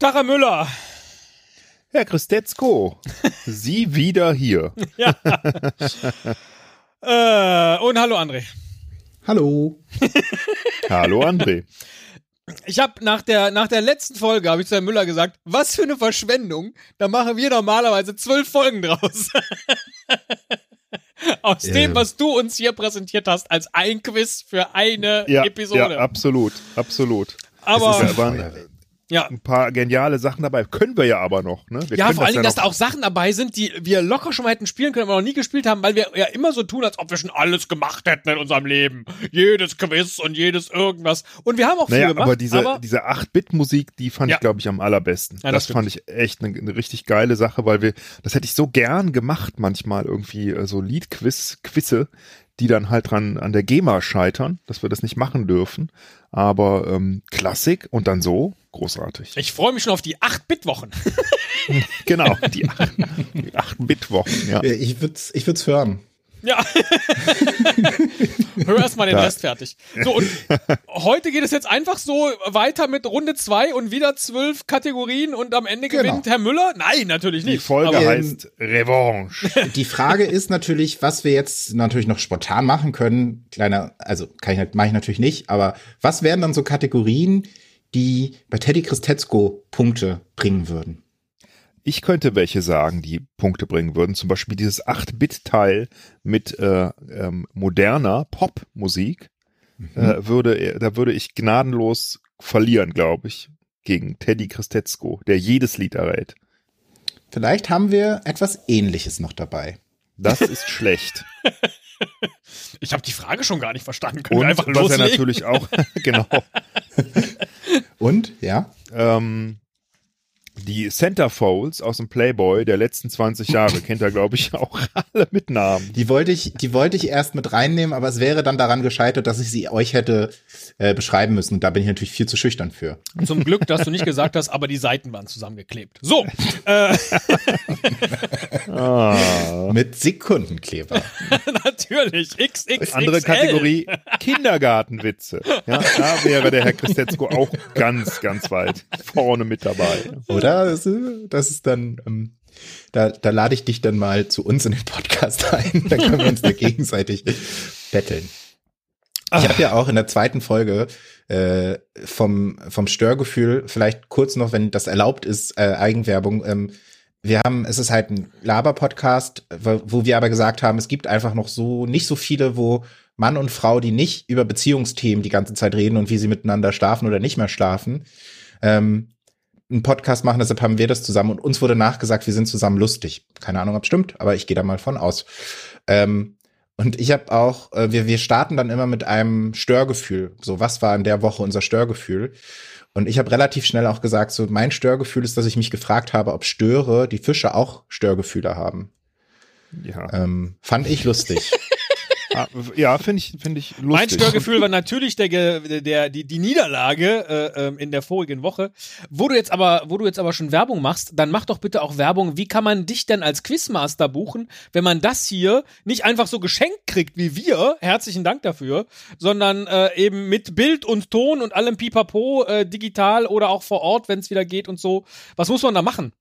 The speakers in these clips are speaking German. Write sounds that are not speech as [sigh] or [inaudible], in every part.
Sarah Müller. Herr Christetzko, Sie wieder hier. Ja. äh, und hallo André. Hallo. Hallo [laughs] André. Ich habe nach der, nach der letzten Folge, habe ich zu Herrn Müller gesagt, was für eine Verschwendung, da machen wir normalerweise zwölf Folgen draus. [laughs] Aus dem, Ähm. was du uns hier präsentiert hast, als ein Quiz für eine Ja, Episode. ja absolut, absolut. aber, Es ist ja- waren- Feuerwehr. ja. Ein paar geniale Sachen dabei. Können wir ja aber noch. Ne? Wir Ja, können vor allen Dingen, dass noch- da auch Sachen dabei sind, die wir locker schon mal hätten spielen können, aber noch nie gespielt haben, weil wir ja immer so tun, als ob wir schon alles gemacht hätten in unserem Leben. Jedes Quiz und jedes irgendwas. Und wir haben auch viel Naja, gemacht. aber diese, diese 8-Bit-Musik, die fand Ja. ich, glaube ich, am allerbesten. Ja, das das fand ich echt eine, eine richtig geile Sache, weil wir, das hätte ich so gern gemacht manchmal, irgendwie äh, so Liedquiz, Quizze, die dann halt dran an der GEMA scheitern, dass wir das nicht machen dürfen. Aber ähm, Klassik und dann so, großartig. ich freue mich schon auf die 8-Bit-Wochen. Genau, die 8-Bit-Wochen, ja. Äh, Ich würde es ich würd's hören. [laughs] Ja. Hör erst mal den Da. Rest fertig. So, und heute geht es jetzt einfach so weiter mit Runde 2 und wieder zwölf Kategorien und am Ende Genau. gewinnt Herr Müller? Nein, natürlich Die nicht. Folge Aber- heißt Revanche. Die Frage ist natürlich, was wir jetzt natürlich noch spontan machen können. Kleiner, also kann ich, mache ich natürlich nicht, aber was wären dann so Kategorien, die bei Teddy Christetzko Punkte bringen würden? Ich könnte welche sagen, die Punkte bringen würden. Zum Beispiel dieses 8-Bit-Teil mit äh, ähm, moderner Popmusik. Mhm. Äh, würde, da würde ich gnadenlos verlieren, glaube ich, gegen Teddy Christetzko, der jedes Lied errät. Vielleicht haben wir etwas Ähnliches noch dabei. [laughs] Das ist schlecht. Ich habe die Frage schon gar nicht verstanden. Können Und wir einfach was er loslegen? [laughs] natürlich auch, [laughs] genau, Und, ja? ähm, die Centerfolds aus dem Playboy der letzten 20 Jahre kennt er, glaube ich, auch alle mit Namen. Die wollte ich, die wollte ich erst mit reinnehmen, aber es wäre dann daran gescheitert, dass ich sie euch hätte äh, beschreiben müssen. Und da bin ich natürlich viel zu schüchtern für. Zum Glück, dass du nicht gesagt hast, aber die Seiten waren zusammengeklebt. So, [laughs] äh, Ah. Mit Sekundenkleber. natürlich. XXXL. Andere [laughs] Kategorie Kindergartenwitze. Ja, da wäre der Herr Christetzko auch ganz, ganz weit vorne mit dabei. [laughs] Oder? Das ist, das ist dann, ähm, da, da lade ich dich dann mal zu uns in den Podcast ein. Dann können wir uns da gegenseitig betteln. Ich habe ja auch in der zweiten Folge äh, vom, vom Störgefühl, vielleicht kurz noch, wenn das erlaubt ist, äh, Eigenwerbung. Ähm, wir haben, es ist halt ein Laber-Podcast, wo wo wir aber gesagt haben, es gibt einfach noch so, nicht so viele, wo Mann und Frau, die nicht über Beziehungsthemen die ganze Zeit reden und wie sie miteinander schlafen oder nicht mehr schlafen, ähm, einen Podcast machen, deshalb haben wir das zusammen und uns wurde nachgesagt, wir sind zusammen lustig. Keine Ahnung, ob es stimmt, aber ich gehe da mal von aus. Ähm, und ich habe auch, äh, wir, wir starten dann immer mit einem Störgefühl. So, was war in der Woche unser Störgefühl? Und ich habe relativ schnell auch gesagt, so mein Störgefühl ist, dass ich mich gefragt habe, ob Störe die Fische auch Störgefühle haben. Ja, Ähm, fand ich lustig. Ah, ja finde ich, finde ich lustig. Mein Störgefühl war natürlich der, Ge- der, die, die Niederlage äh, ähm, in der vorigen Woche. Wo du, jetzt aber, wo du jetzt aber schon Werbung machst, dann mach doch bitte auch Werbung. Wie kann man dich denn als Quizmaster buchen, wenn man das hier nicht einfach so geschenkt kriegt wie wir? Herzlichen Dank dafür. Sondern äh, eben mit Bild und Ton und allem Pipapo, äh, digital oder auch vor Ort, wenn es wieder geht und so. Was muss man da machen?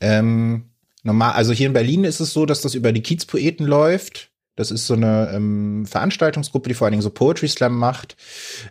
Ähm, normal, also hier in Berlin ist es so, dass das über die Kiezpoeten läuft. Das ist so eine ähm, Veranstaltungsgruppe, die vor allen Dingen so Poetry Slam macht.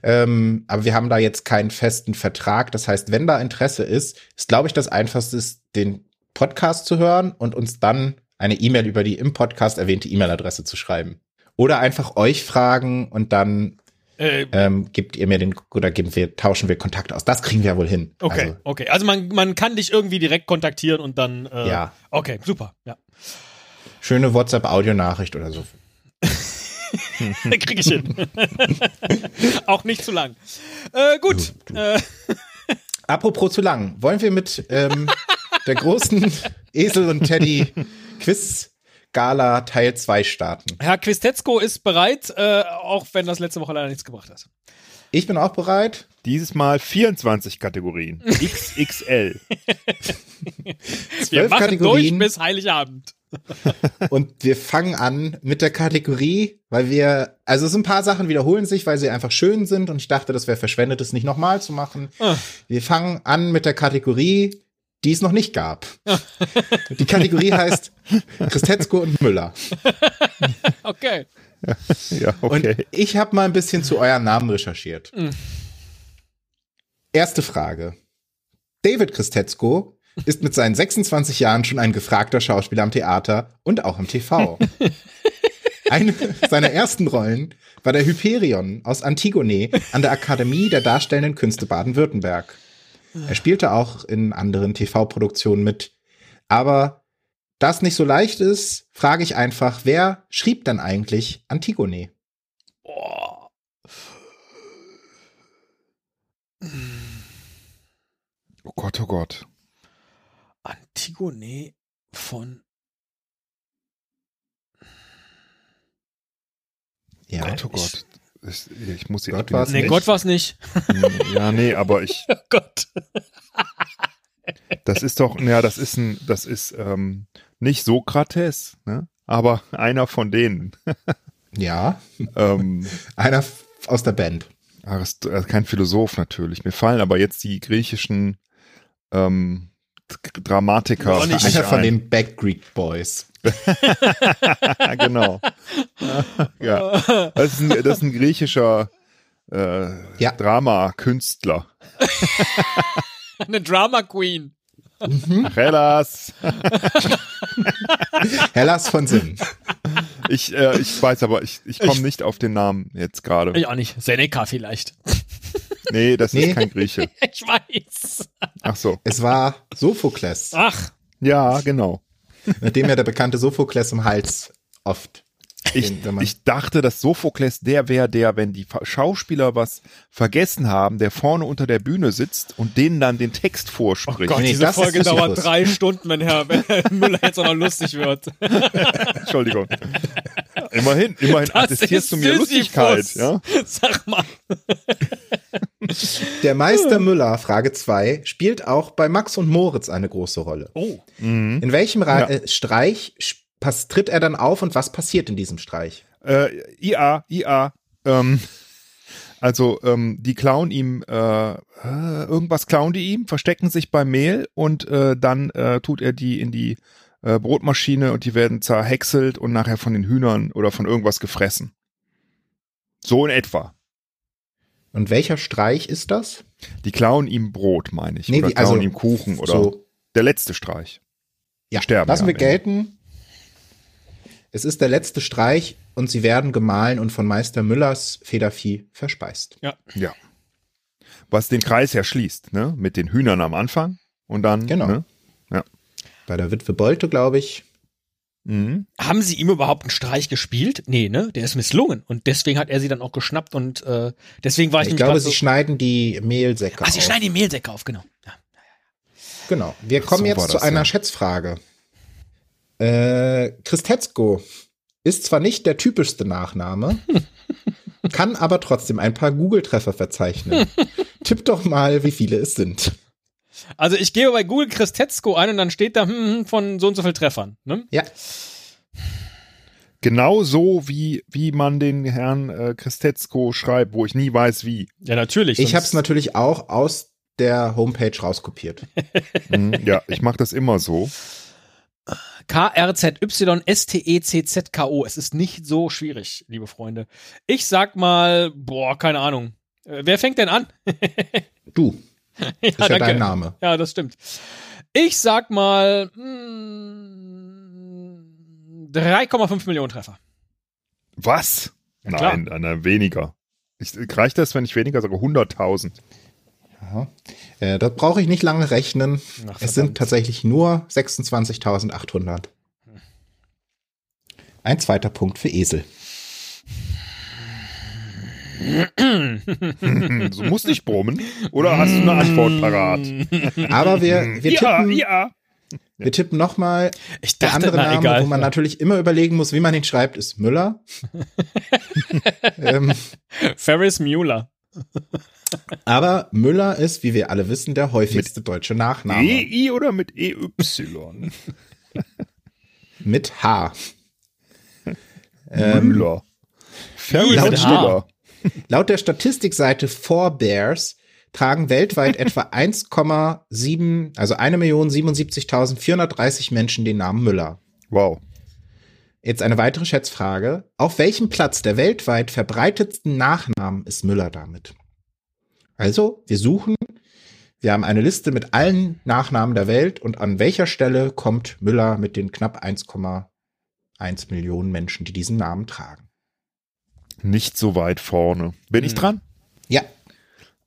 Ähm, aber wir haben da jetzt keinen festen Vertrag. Das heißt, wenn da Interesse ist, ist, glaube ich, das Einfachste ist, den Podcast zu hören und uns dann eine E-Mail über die im Podcast erwähnte E-Mail-Adresse zu schreiben. Oder einfach euch fragen und dann Äh, ähm, gebt ihr mir den oder geben wir, tauschen wir Kontakt aus. Das kriegen wir ja wohl hin. Okay, Also, okay. Also man, man kann dich irgendwie direkt kontaktieren und dann. Äh, Ja. Okay, super. Ja. schöne WhatsApp-Audionachricht oder so. [laughs] Krieg ich hin. Auch nicht zu lang. Äh, gut. Äh, Apropos zu lang, wollen wir mit [laughs] ähm, der großen Esel und Teddy Quiz Gala Teil 2 starten. Herr Quistetzko ist bereit, äh, auch wenn das letzte Woche leider nichts gebracht hat. Ich bin auch bereit. Dieses Mal [laughs] 24 Kategorien. XXL. Wir Zwölf machen Kategorien. durch bis Heiligabend. Und wir fangen an mit der Kategorie, weil wir, also es sind ein paar Sachen wiederholen sich, weil sie einfach schön sind und ich dachte, das wäre verschwendet, es nicht nochmal zu machen. Ah. Wir fangen an mit der Kategorie, die es noch nicht gab. Ah. Die Kategorie heißt Christetzko und Müller. Okay. Ja, Und okay. ich habe mal ein bisschen zu euren Namen recherchiert. Mhm. Erste Frage. David Christetzko ist mit seinen 26 Jahren schon ein gefragter Schauspieler am Theater und auch im TV. Eine seiner ersten Rollen war der Hyperion aus Antigone an der Akademie der Darstellenden Künste Baden-Württemberg. Er spielte auch in anderen TV-Produktionen mit. Aber da es nicht so leicht ist, frage ich einfach, wer schrieb dann eigentlich Antigone? Boah. Oh Gott, oh Gott. Antigone von. Ja. Gott, oh Gott. Ich, ich muss die Gott Antwort war's Nee, jetzt Gott war's nicht. echt- Ja, nee, aber ich, [laughs] Gott. das ist doch, ja, das ist ein, das ist ähm, nicht Sokrates, ne? Aber einer von denen. Ja, Ähm, einer f- aus der Band. Arist äh, kein Philosoph natürlich. Mir fallen aber jetzt die griechischen ähm, D- Dramatiker. Auch nicht. nicht Einer von ein. den Back Greek Boys. Ja, genau. ja. Das ist ein, das ist ein griechischer äh, Ja. Drama-Künstler. Eine Drama Queen. Hellas. Hellas von Sinn. Ich, äh, ich weiß aber, ich, ich komme Ich- nicht auf den Namen jetzt gerade. Ich auch nicht. Seneca vielleicht. Nee, das Nee. ist kein Grieche. [laughs] Ich weiß. Ach so. Es war Sophokles, Ach. Ja, genau. mit dem ja der bekannte Sophokles im Hals oft. Ich, Den- wenn man- ich dachte, dass Sophokles der wäre, der, wenn die Fa- Schauspieler was vergessen haben, der vorne unter der Bühne sitzt und denen dann den Text vorspricht. Gott, Nee, diese das ist Folge nicht dauert Sirius. drei Stunden, wenn Herr, wenn Herr Müller jetzt auch noch lustig wird. Entschuldigung. Immerhin, immerhin attestierst du mir Sisyphus. Lustigkeit. Ja? [laughs] Sag mal. Der Meister Müller, Frage 2, spielt auch bei Max und Moritz eine große Rolle. Oh. In welchem Ra Ja. äh, Streich sch- pass- tritt er dann auf und was passiert in diesem Streich? Äh, IA, IA. Ähm, also, ähm, die klauen ihm, äh, äh, irgendwas klauen die ihm, verstecken sich beim Mehl und äh, dann äh, tut er die in die äh, Brotmaschine und die werden zerhäckselt und nachher von den Hühnern oder von irgendwas gefressen. So in etwa. Und welcher Streich ist das? Die klauen ihm Brot, meine ich. Nee, oder wie- klauen also, ihm Kuchen oder so der letzte Streich. Ja, sterben lassen ja wir am Ende. gelten. Es ist der letzte Streich und sie werden gemahlen und von Meister Müllers Federvieh verspeist. Ja. Was den Kreis ja schließt, ne? Mit den Hühnern am Anfang und dann. Genau. Ne? Bei der Witwe Bolte, glaube ich. Mhm. Haben sie ihm überhaupt einen Streich gespielt? Nee, ne? Der ist misslungen. Und deswegen hat er sie dann auch geschnappt und äh, deswegen war ich, Ich nämlich glaube, grad sie schneiden die Mehlsäcke Ach, sie auf. schneiden die Mehlsäcke auf, genau. Ja. Genau. Wir kommen so war jetzt zu das, einer ja. Schätzfrage. Äh, Christetzko ist zwar nicht der typischste Nachname, kann aber trotzdem ein paar Google-Treffer verzeichnen. Tipp doch mal, wie viele es sind. Also ich gebe bei Google Christetzko ein und dann steht da hm, hm, von so und so viel Treffern. Ne? Ja, Genau so, wie, wie man den Herrn äh, Christetzko schreibt, wo ich nie weiß, wie. Ja, natürlich. ich habe es natürlich. natürlich auch aus der Homepage rauskopiert. Mhm. Ja, ich mache das immer so. E K-R-Z-Y-S-T-E-C-Z-K-O. Es ist nicht so schwierig, liebe Freunde. Ich sag mal, boah, keine Ahnung. Äh, wer fängt denn an? Du. ist ja dein Name. Ja, das stimmt. Ich sag mal mm, 3,5 Millionen Treffer. Was? klar. Nein, einer weniger. Ich, reicht das, wenn ich weniger sage? 100.000. Äh, das brauche ich nicht lange rechnen. Ach, es sind verdammt. tatsächlich nur 26.800. Ein zweiter Punkt für Esel. [laughs] Hm, so musst nicht brummen. Oder hast du eine Antwort parat? Hm. Aber wir, wir Ja, tippen, ja. wir tippen nochmal. Ich Der dachte, andere na Name, egal. wo man natürlich immer überlegen muss, wie man ihn schreibt, ist Müller. ähm, Ferris Mueller. aber Müller ist, wie wir alle wissen, E der häufigste deutsche Nachname. EI oder mit EY? mit H. Ähm, Müller. Ferris mit H. Müller. Laut der Statistikseite Forebears tragen weltweit etwa 1,7, also 1.077.430 Menschen den Namen Müller. Wow. Jetzt eine weitere Schätzfrage. Auf welchem Platz der weltweit verbreitetsten Nachnamen ist Müller damit? Also, wir suchen, wir haben eine Liste mit allen Nachnamen der Welt und an welcher Stelle kommt Müller mit den knapp 1,1 Millionen Menschen, die diesen Namen tragen? Nicht so weit vorne. Bin ich Hm. dran? Ja,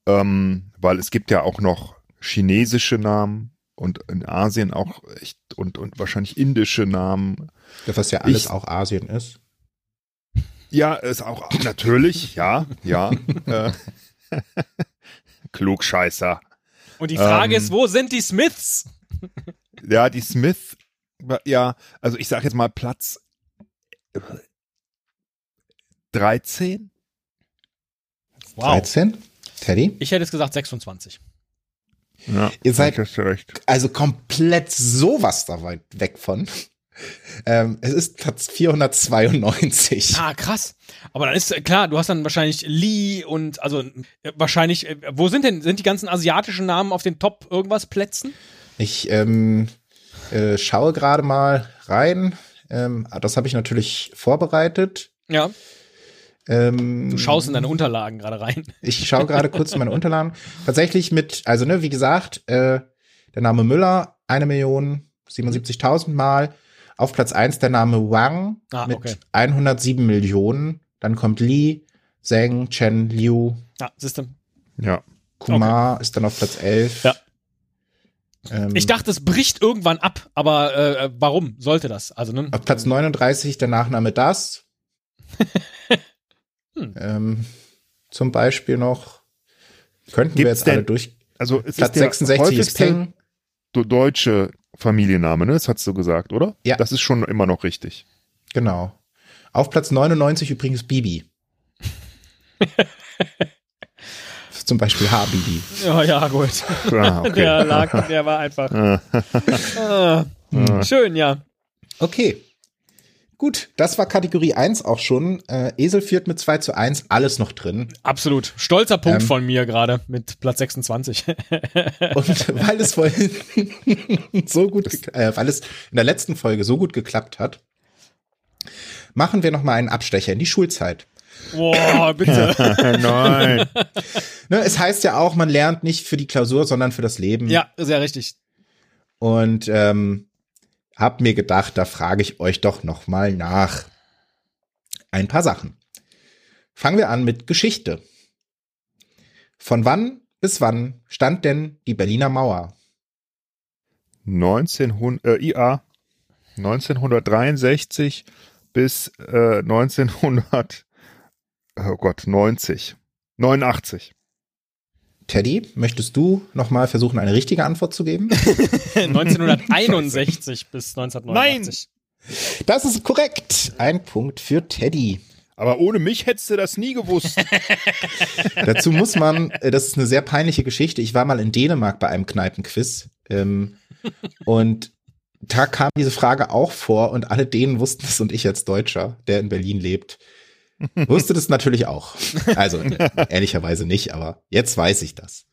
Ähm, weil es gibt ja auch noch chinesische Namen und in Asien auch echt und, und wahrscheinlich indische Namen. das was ja alles Ich- auch Asien ist. Ja, ist auch [laughs] natürlich, ja, ja. Äh, [laughs] Klugscheißer. Und die Frage Ähm. ist, wo sind die Smiths? Ja, die Smith, ja, also ich sag jetzt mal Platz 13? 13? Teddy? Ich hätte es gesagt 26. Ja, Ihr seid- hast du recht. also komplett sowas da weit weg von. Ähm, es ist Platz 492. Ah, krass. Aber dann ist äh, klar, du hast dann wahrscheinlich Lee und also äh, wahrscheinlich, äh, wo sind denn, sind die ganzen asiatischen Namen auf den Top irgendwas Plätzen? Ich ähm, äh, schaue gerade mal rein. Ähm, das habe ich natürlich vorbereitet. Ja. Ähm, Hm. Du schaust in deine Unterlagen gerade rein. [laughs] Ich schaue gerade kurz in meine Unterlagen. Tatsächlich mit, also ne, wie gesagt, äh, der Name Müller, 1.077.000 Mal. Auf Platz 1 der Name Wang Ah, mit okay. 107 Millionen. Dann kommt Li, Zheng, Chen, Liu, Ja, Hm. System. Ja. Kumar ist dann auf Platz 11. Ja. Ähm, Ich dachte, es bricht irgendwann ab, aber äh, äh, warum sollte das? Also, ne? auf Mhm. Platz 39 der [laughs] Nachname Das. Hm. ähm, zum Beispiel noch. Könnten wir Gibt's jetzt alle denn- durch. Also es ist Platz der 66 ist häufigste Peng. do- deutsche Familienname, ne? Das hast du gesagt, oder? Ja. Das ist schon immer noch richtig. Genau. Auf Platz 99 übrigens [laughs] Bibi. zum Beispiel H-Bibi. Ja, ja, gut. [laughs] Ah, okay. Der lag, der war [laughs] einfach. Ah, schön, ja. Okay. Gut, das war Kategorie 1 auch schon. Äh, Esel führt mit 2 zu 1, alles noch drin. Absolut. Stolzer Punkt Ähm. von mir gerade mit Platz 26. Und [laughs] weil es vorhin so gut, gekla- äh, weil es in der letzten Folge so gut geklappt hat, machen wir noch mal einen Abstecher in die Schulzeit. [laughs] Boah, [laughs] bitte. Nein. Ne, es heißt ja auch, man lernt nicht für die Klausur, sondern für das Leben. ja, sehr [laughs] richtig. Und ähm, hab mir gedacht, da frage ich euch doch noch mal nach ein paar Sachen. Fangen wir an mit Geschichte. Von wann bis wann stand denn die Berliner Mauer? 1900, äh, IA 1963 bis äh, 1900, oh Gott, 90, 89. Teddy, möchtest du noch mal versuchen, eine richtige Antwort zu geben? 1961 bis 1989. Das ist korrekt. Ein Punkt für Teddy. Aber ohne mich hättest du das [laughs] nie gewusst. Dazu muss man, äh, das ist eine sehr peinliche Geschichte. Ich war mal in Dänemark bei einem Kneipenquiz ähm, und da kam diese Frage auch vor und alle Dänen wussten es und ich als Deutscher, der in Berlin lebt, wusste das natürlich auch. Also äh, ehrlicherweise nicht, aber jetzt weiß ich das.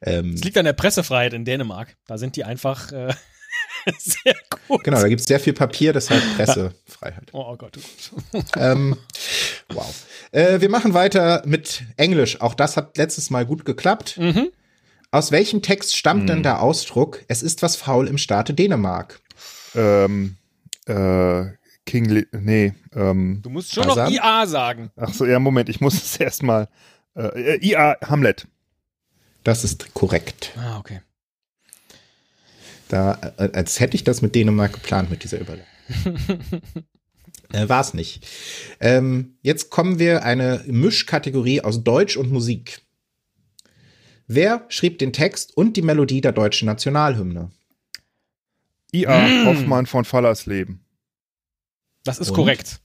Ähm, Es liegt an der Pressefreiheit in Dänemark. Da sind die einfach äh, [laughs] sehr gut. genau, da gibt es sehr viel Papier, deshalb Pressefreiheit. Oh, oh Gott. oh Gott. ähm, wow. Äh, wir machen weiter mit Englisch. Auch das hat letztes Mal gut geklappt. Mhm. Aus welchem Text stammt denn der Ausdruck, es ist was faul im Staate Dänemark? ähm, äh, King, Li nee, ähm, Du musst schon Tarzan? noch IA sagen. ach so, ja, Moment, ich muss es [laughs] erstmal, äh, äh, IA Hamlet. Das ist korrekt. Ah, okay. Da, äh, als hätte ich das mit Dänemark geplant, mit dieser Überlegung. äh, War es nicht. Ähm, jetzt kommen wir eine Mischkategorie aus Deutsch und Musik. Wer schrieb den Text und die Melodie der deutschen Nationalhymne? IA Mm. Hoffmann von Fallersleben. Das ist Und? korrekt.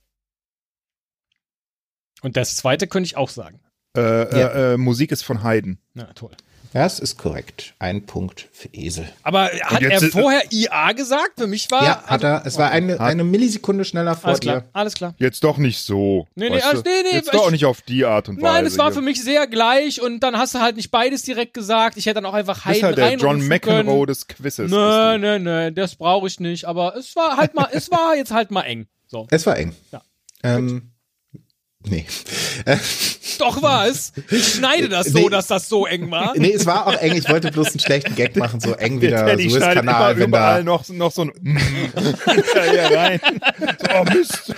Und das zweite könnte ich auch sagen. Äh, Ja. äh, äh, Musik ist von Haydn. Na, toll. Das ist korrekt. Ein Punkt für Esel. Aber hat er jetzt ist- vorher IA gesagt? Für mich war. ja, hat er. Es war eine, eine Millisekunde schneller also vor Alles dir. klar, alles klar. Jetzt doch nicht so. Nee, nee, weißt also- du? nee, nee, Jetzt doch ich- nicht auf die Art und Weise. Nein, es war hier. für mich sehr gleich und dann hast du halt nicht beides direkt gesagt. Ich hätte dann auch einfach Du bist Heiden halt der John reinrufen McEnroe können. des Quizzes. Nö, bist nö, nö, das brauche ich nicht. Aber es war halt mal, es war jetzt halt mal eng. So. Es war eng. Ja. Ähm, nee. [laughs] Äh, Doch war es. Ich schneide das so, Nee. dass das so eng war. nee, es war auch eng. Ich wollte bloß einen schlechten Gag machen, so eng wie du. der Teddy schneidet Suezkanal, immer wenn überall da. noch, noch so ein [laughs] [laughs] hinterher rein. So, oh Mist.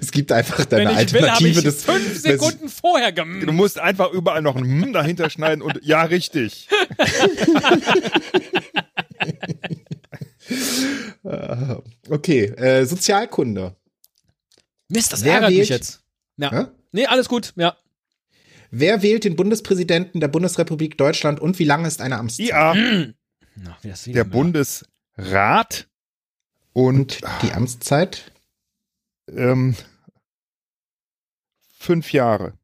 Es gibt einfach da Wenn eine ich will, habe Alternative ich des. fünf Sekunden vorher gemacht. Du musst einfach überall noch ein Hm dahinter schneiden und ja, richtig. Okay, äh, Sozialkunde. Mist, das Wer ärgert mich wählt- jetzt. Hä? Ja. Nee, alles gut, ja. Wer wählt den Bundespräsidenten der Bundesrepublik Deutschland und wie lange ist eine Amtszeit? IA, Na, wie das wieder der mehr. Bundesrat und Die Amtszeit? ähm, fünf Jahre.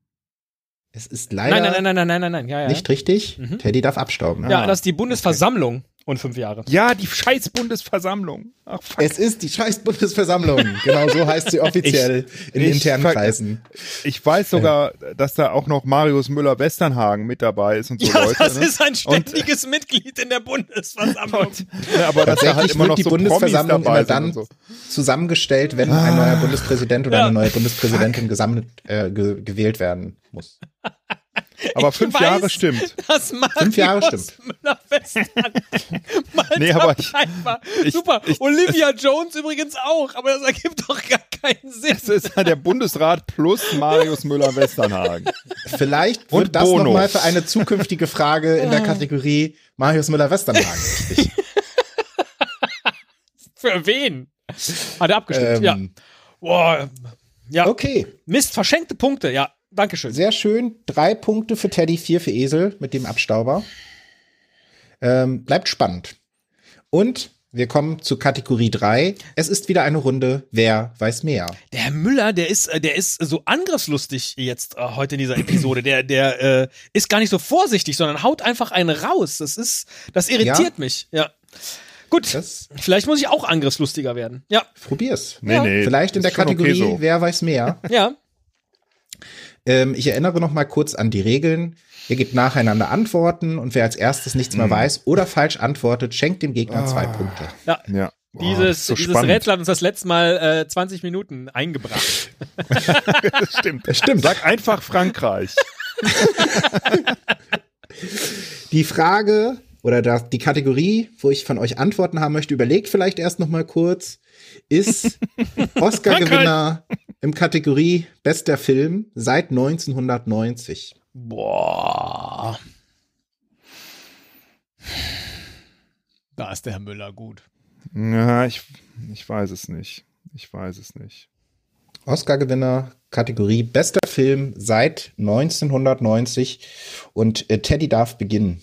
Es ist leider Nein, nein, nein, nein, nein, nein, nein, nein, ja, ja. nicht richtig. Mhm. Teddy darf abstauben. ne? ja, das ist die Bundesversammlung und fünf Jahre. Ja, die scheiß Bundesversammlung. Ach, fuck. Es ist die scheiß Bundesversammlung. genau so heißt sie offiziell in ich internen ver- Kreisen. Ich weiß sogar, äh, dass da auch noch Marius Müller-Westernhagen mit dabei ist und so Ja, Leute. das ne? ist ein ständiges Mitglied in der Bundesversammlung. Ja, aber dass da halt Tatsächlich immer noch wird die so Bundesversammlung Promis dabei immer dann sind und so. Ah. zusammengestellt, wenn ein neuer Bundespräsident oder Ja. eine neue Bundespräsidentin gesammelt, äh, ge gewählt werden muss. Aber Ich fünf weiß, Jahre stimmt. Das Marius Fünf Jahre stimmt. Müller-Westernhagen mal [laughs] Nee, aber ich- dabei war. ich- Super. ich- Olivia Jones übrigens auch, aber das ergibt doch gar keinen Sinn. [laughs] Das ist halt der Bundesrat plus Marius Müller-Westernhagen. Vielleicht Und Ah. wird das Bono. nochmal für eine zukünftige Frage in der Kategorie Marius Müller-Westernhagen wichtig. Für wen? Hat er abgestimmt, Ähm, ja. Boah. Ja, Okay, Mist, verschenkte Punkte, ja. Dankeschön. sehr schön. Drei Punkte für Teddy, vier für Esel mit dem Abstauber. Ähm, bleibt spannend. Und wir kommen zu Kategorie drei. Es ist wieder eine Runde Wer weiß mehr. Der Herr Müller, der ist, äh, der ist so angriffslustig jetzt äh, heute in dieser Episode. Der, der äh, ist gar nicht so vorsichtig, sondern haut einfach einen raus. Das ist, das irritiert Ja. mich. Ja. Gut. Das Vielleicht muss ich auch angriffslustiger werden. Ja, probier's. Nee, Ja. nee. Vielleicht in ist der schon Kategorie Okay so. Wer weiß mehr. ja. Ähm, ich erinnere noch mal kurz an die Regeln. Ihr gebt nacheinander Antworten und wer als erstes nichts Hm. mehr weiß oder falsch antwortet, schenkt dem Gegner Ah. zwei Punkte. Ja. Boah, das Dieses, ist so dieses spannend. Rätsel hat uns das letzte Mal äh, 20 Minuten eingebracht. Das stimmt. Stimmt. Sag einfach Frankreich. Die Frage oder das, die Kategorie, wo ich von euch Antworten haben möchte, überlegt vielleicht erst noch mal kurz, ist Oscar-Gewinner im Kategorie Bester Film seit 1990. Boah. Da ist der Herr Müller gut. [laughs] Na, ich, ich weiß es nicht. Ich weiß es nicht. Oscar-Gewinner Kategorie Bester Film seit 1990 und äh, Teddy darf beginnen.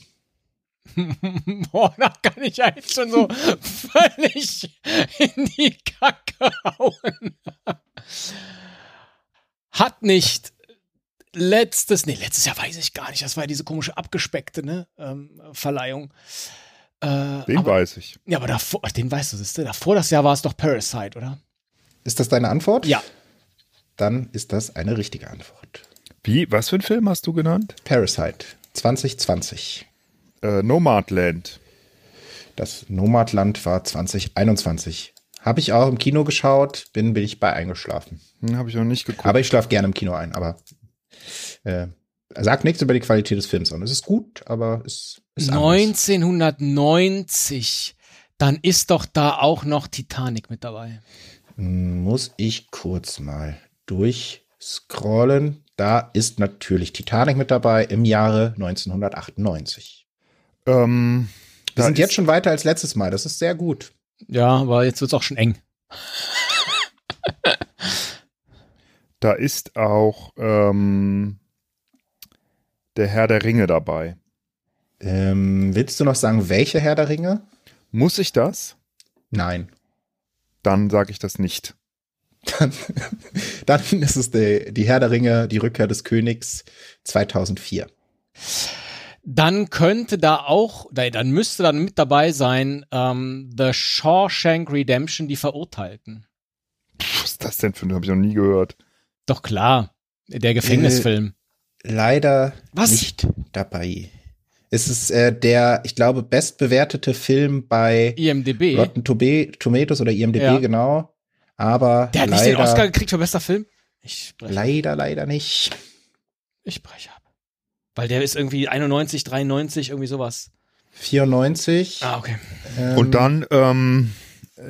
Boah, da kann ich ja jetzt schon [laughs] so völlig in die Kacke hauen. Hat nicht letztes, nee, letztes Jahr weiß ich gar nicht, das war ja diese komische abgespeckte ne, ähm, Verleihung. Äh, Den aber, weiß ich. ja, aber davor, den weißt du, siehst du, davor das Jahr war es doch Parasite, oder? Ist das deine Antwort? Ja. Dann ist das eine richtige Antwort. Wie? Was für einen Film hast du genannt? Parasite 2020. Äh, Nomadland. Das Nomadland war 2021. Habe ich auch im Kino geschaut, bin billig bei eingeschlafen. Hm, Habe ich noch nicht geguckt. Aber ich schlafe gerne im Kino ein, aber äh, sagt nichts über die Qualität des Films an. Es ist gut, aber es ist anders. 1990, dann ist doch da auch noch Titanic mit dabei. Hm, Muss ich kurz mal durchscrollen. Da ist natürlich Titanic mit dabei im Jahre 1998. ähm, Wir da sind ist- jetzt schon weiter als letztes Mal. Das ist sehr gut. Ja, aber jetzt wird's auch schon eng. Da ist auch ähm, der Herr der Ringe dabei. Ähm, willst du noch sagen, welche Herr der Ringe? Muss ich das? Nein. Dann sage ich das nicht. Dann, [laughs] dann ist es die, die Herr der Ringe, die Rückkehr des Königs 2004. Dann könnte da auch, da- dann müsste dann mit dabei sein ähm, The Shawshank Redemption, die Verurteilten. Was ist das denn für ein, habe ich noch nie gehört. Doch klar, der Gefängnisfilm. Leider Äh, Was? nicht dabei. Es ist äh, der, ich glaube, bestbewertete Film bei IMDb. Rotten Tobe- Tomatoes oder IMDb, E. Ja. genau. Aber Der hat leider, nicht den Oscar gekriegt für bester Film? Ich spreche, leider, leider nicht. ich breche ab. Weil der ist irgendwie 91, 93, irgendwie sowas. 94. Ah, okay. ähm, Und dann ähm,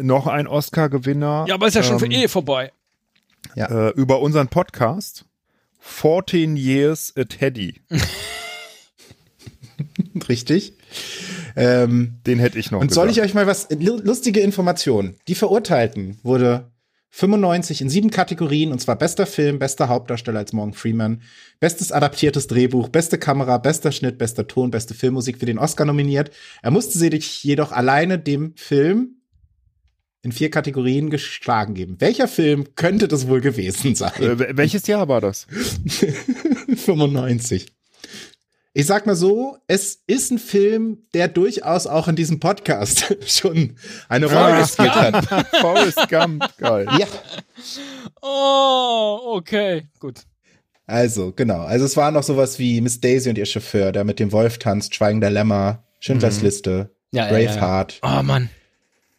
noch ein Oscar-Gewinner. Ja, aber ist ja schon für ähm, eh vorbei. äh, über unseren Podcast. 14 Years a Teddy. Richtig. Ähm, Den hätte ich noch. Und soll ich gesagt. euch mal was lu- lustige Informationen? Die Verurteilten wurde 95 in sieben Kategorien und zwar bester Film, bester Hauptdarsteller als Morgan Freeman, bestes adaptiertes Drehbuch, beste Kamera, bester Schnitt, bester Ton, beste Filmmusik für den Oscar nominiert. Er musste sich jedoch alleine dem Film in vier Kategorien geschlagen geben. Welcher Film könnte das wohl gewesen sein? Äh, wel- welches Jahr war [laughs] das? 95. Ich sag mal so, es ist ein Film, der durchaus auch in diesem Podcast [laughs] schon eine Rolle Ah. gespielt hat. Forrest Gump. Geil. Ja, Oh, okay, gut. also genau. Also es war noch sowas wie Miss Daisy und ihr Chauffeur, der mit dem Wolf tanzt, Schweigen der Lämmer, Schindlers Liste, Mhm. Ja, ja, ja, ja. Braveheart, Oh, Mann.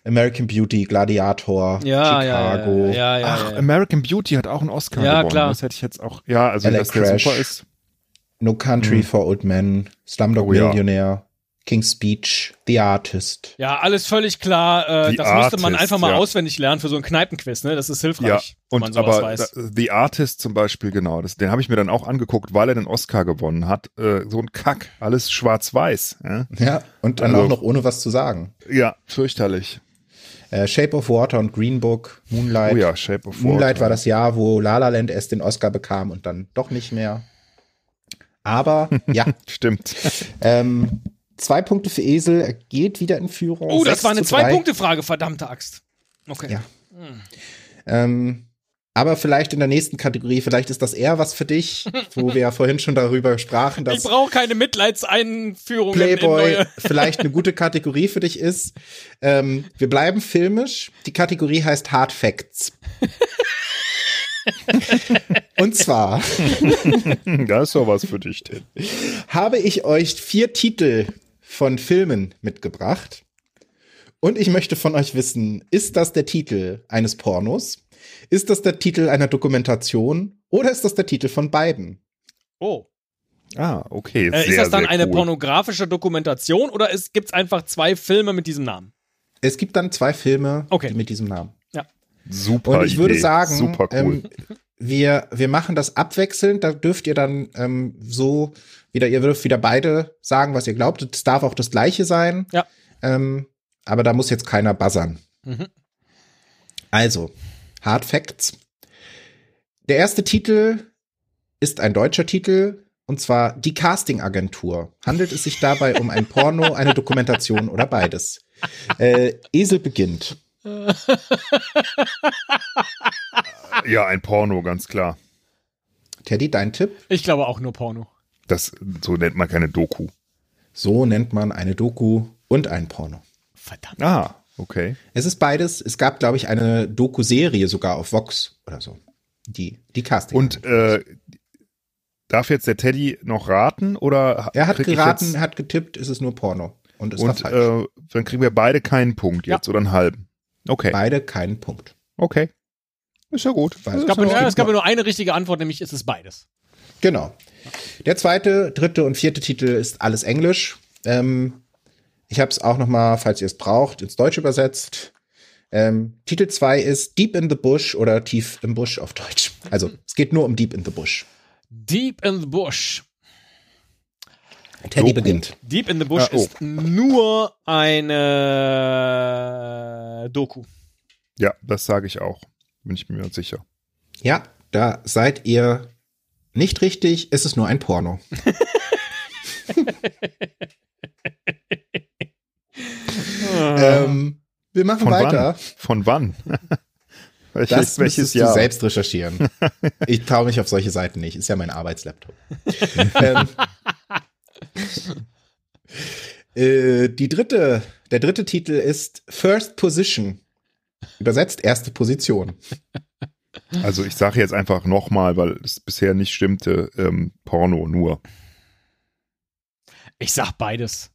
American Beauty, Gladiator, Ja, ja, ja, Chicago. ja, ja, ja, Ach, ja. American Beauty hat auch einen Oscar Ja, gewonnen. klar. Das hätte ich jetzt auch. Ja, also LA dass der Crash. super ist. No Country Mhm. for Old Men, Slumdog Oh ja. Millionaire, King's Speech, The Artist. Ja, alles völlig klar. Äh, Die das müsste man Artist, einfach mal ja. auswendig lernen für so einen Kneipenquiz, ne? Das ist hilfreich, Ja, wenn man und sowas aber weiß. da- The Artist zum Beispiel, genau, das, den habe ich mir dann auch angeguckt, weil er den Oscar gewonnen hat. Äh, so ein Kack, alles schwarz-weiß. Ja? Ja, und dann Also- auch noch ohne was zu sagen. ja, fürchterlich. Äh, Shape of Water und Green Book, Moonlight. Oh ja, Shape of Water. Moonlight war das Jahr, wo La La Land erst den Oscar bekam und dann doch nicht mehr. Aber ja, Stimmt. ähm, zwei Punkte für Esel, er geht wieder in Führung. oh, das Sechs war eine zu drei. Zwei-Punkte-Frage, verdammte Axt. Okay. Ja. Ähm, aber vielleicht in der nächsten Kategorie, vielleicht ist das eher was für dich, wo wir ja vorhin schon darüber sprachen, ich dass brauche keine Mitleidseinführung in, in Playboy neue. vielleicht eine gute Kategorie für dich ist. Ähm, wir bleiben filmisch. Die Kategorie heißt [laughs] Hard Facts. Und zwar Hm, Da ist doch was für dich, Tim. habe ich euch vier Titel von Filmen mitgebracht. Und ich möchte von euch wissen, ist das der Titel eines Pornos? Ist das der Titel einer Dokumentation? Oder ist das der Titel von beiden? Oh. Ah, okay. Äh, sehr, ist das dann sehr eine cool. pornografische Dokumentation oder gibt es einfach zwei Filme mit diesem Namen? Es gibt dann zwei Filme Okay. die mit diesem Namen. Super. Und ich würde Ah, Idee. sagen, Super cool. ähm, wir, wir machen das abwechselnd. Da dürft ihr dann ähm, so wieder, ihr dürft wieder beide sagen, was ihr glaubt. Es darf auch das Gleiche sein. Ja. Ähm, aber da muss jetzt keiner buzzern. Mhm. Also, Hard Facts. Der erste Titel ist ein deutscher Titel und zwar die Castingagentur. Handelt es sich dabei um ein Porno, eine Dokumentation oder beides? Äh, Esel beginnt. ja, ein Porno, ganz klar. Teddy, dein Tipp? Ich glaube auch nur Porno. Das, so nennt man keine Doku. So nennt man eine Doku und ein Porno. Verdammt. Ah, okay. Es ist beides. Es gab, glaube ich, eine Doku-Serie sogar auf Vox oder so. Die, die Casting. Und äh, darf jetzt der Teddy noch raten oder ha- er hat krieg ich geraten, jetzt- hat getippt, es ist nur Porno. Und es war und falsch. äh, dann kriegen wir beide keinen Punkt jetzt oder einen halben. Okay, Beide keinen Punkt. okay. Ist ja gut. Weil- Ist Es gab, ja ja, okay. es gab ja nur eine richtige Antwort, nämlich ist es beides. Genau. Der zweite, dritte und vierte Titel ist alles Englisch. Ähm, ich habe es auch noch mal, falls ihr es braucht, ins Deutsche übersetzt. Ähm, Titel 2 ist Deep in the Bush oder Tief im Busch auf Deutsch. Also es geht nur um Deep in the Bush. Deep in the Bush. Teddy Doku. beginnt. Deep in the Bush Ah, oh. ist nur eine Doku. ja, das sage ich auch. Bin ich mir sicher. Ja, da seid ihr nicht richtig. Es ist nur ein Porno. Ähm, wir machen Von weiter. wann? Von wann? [laughs] welches Das welches müsstest Jahr? du selbst recherchieren. Ich traue mich auf solche Seiten nicht. Ist ja mein Arbeitslaptop. ähm, Äh, die dritte, der dritte Titel ist First Position. Übersetzt erste Position. Also ich sage jetzt einfach nochmal, weil es bisher nicht stimmte, ähm, Porno nur. Ich sag beides.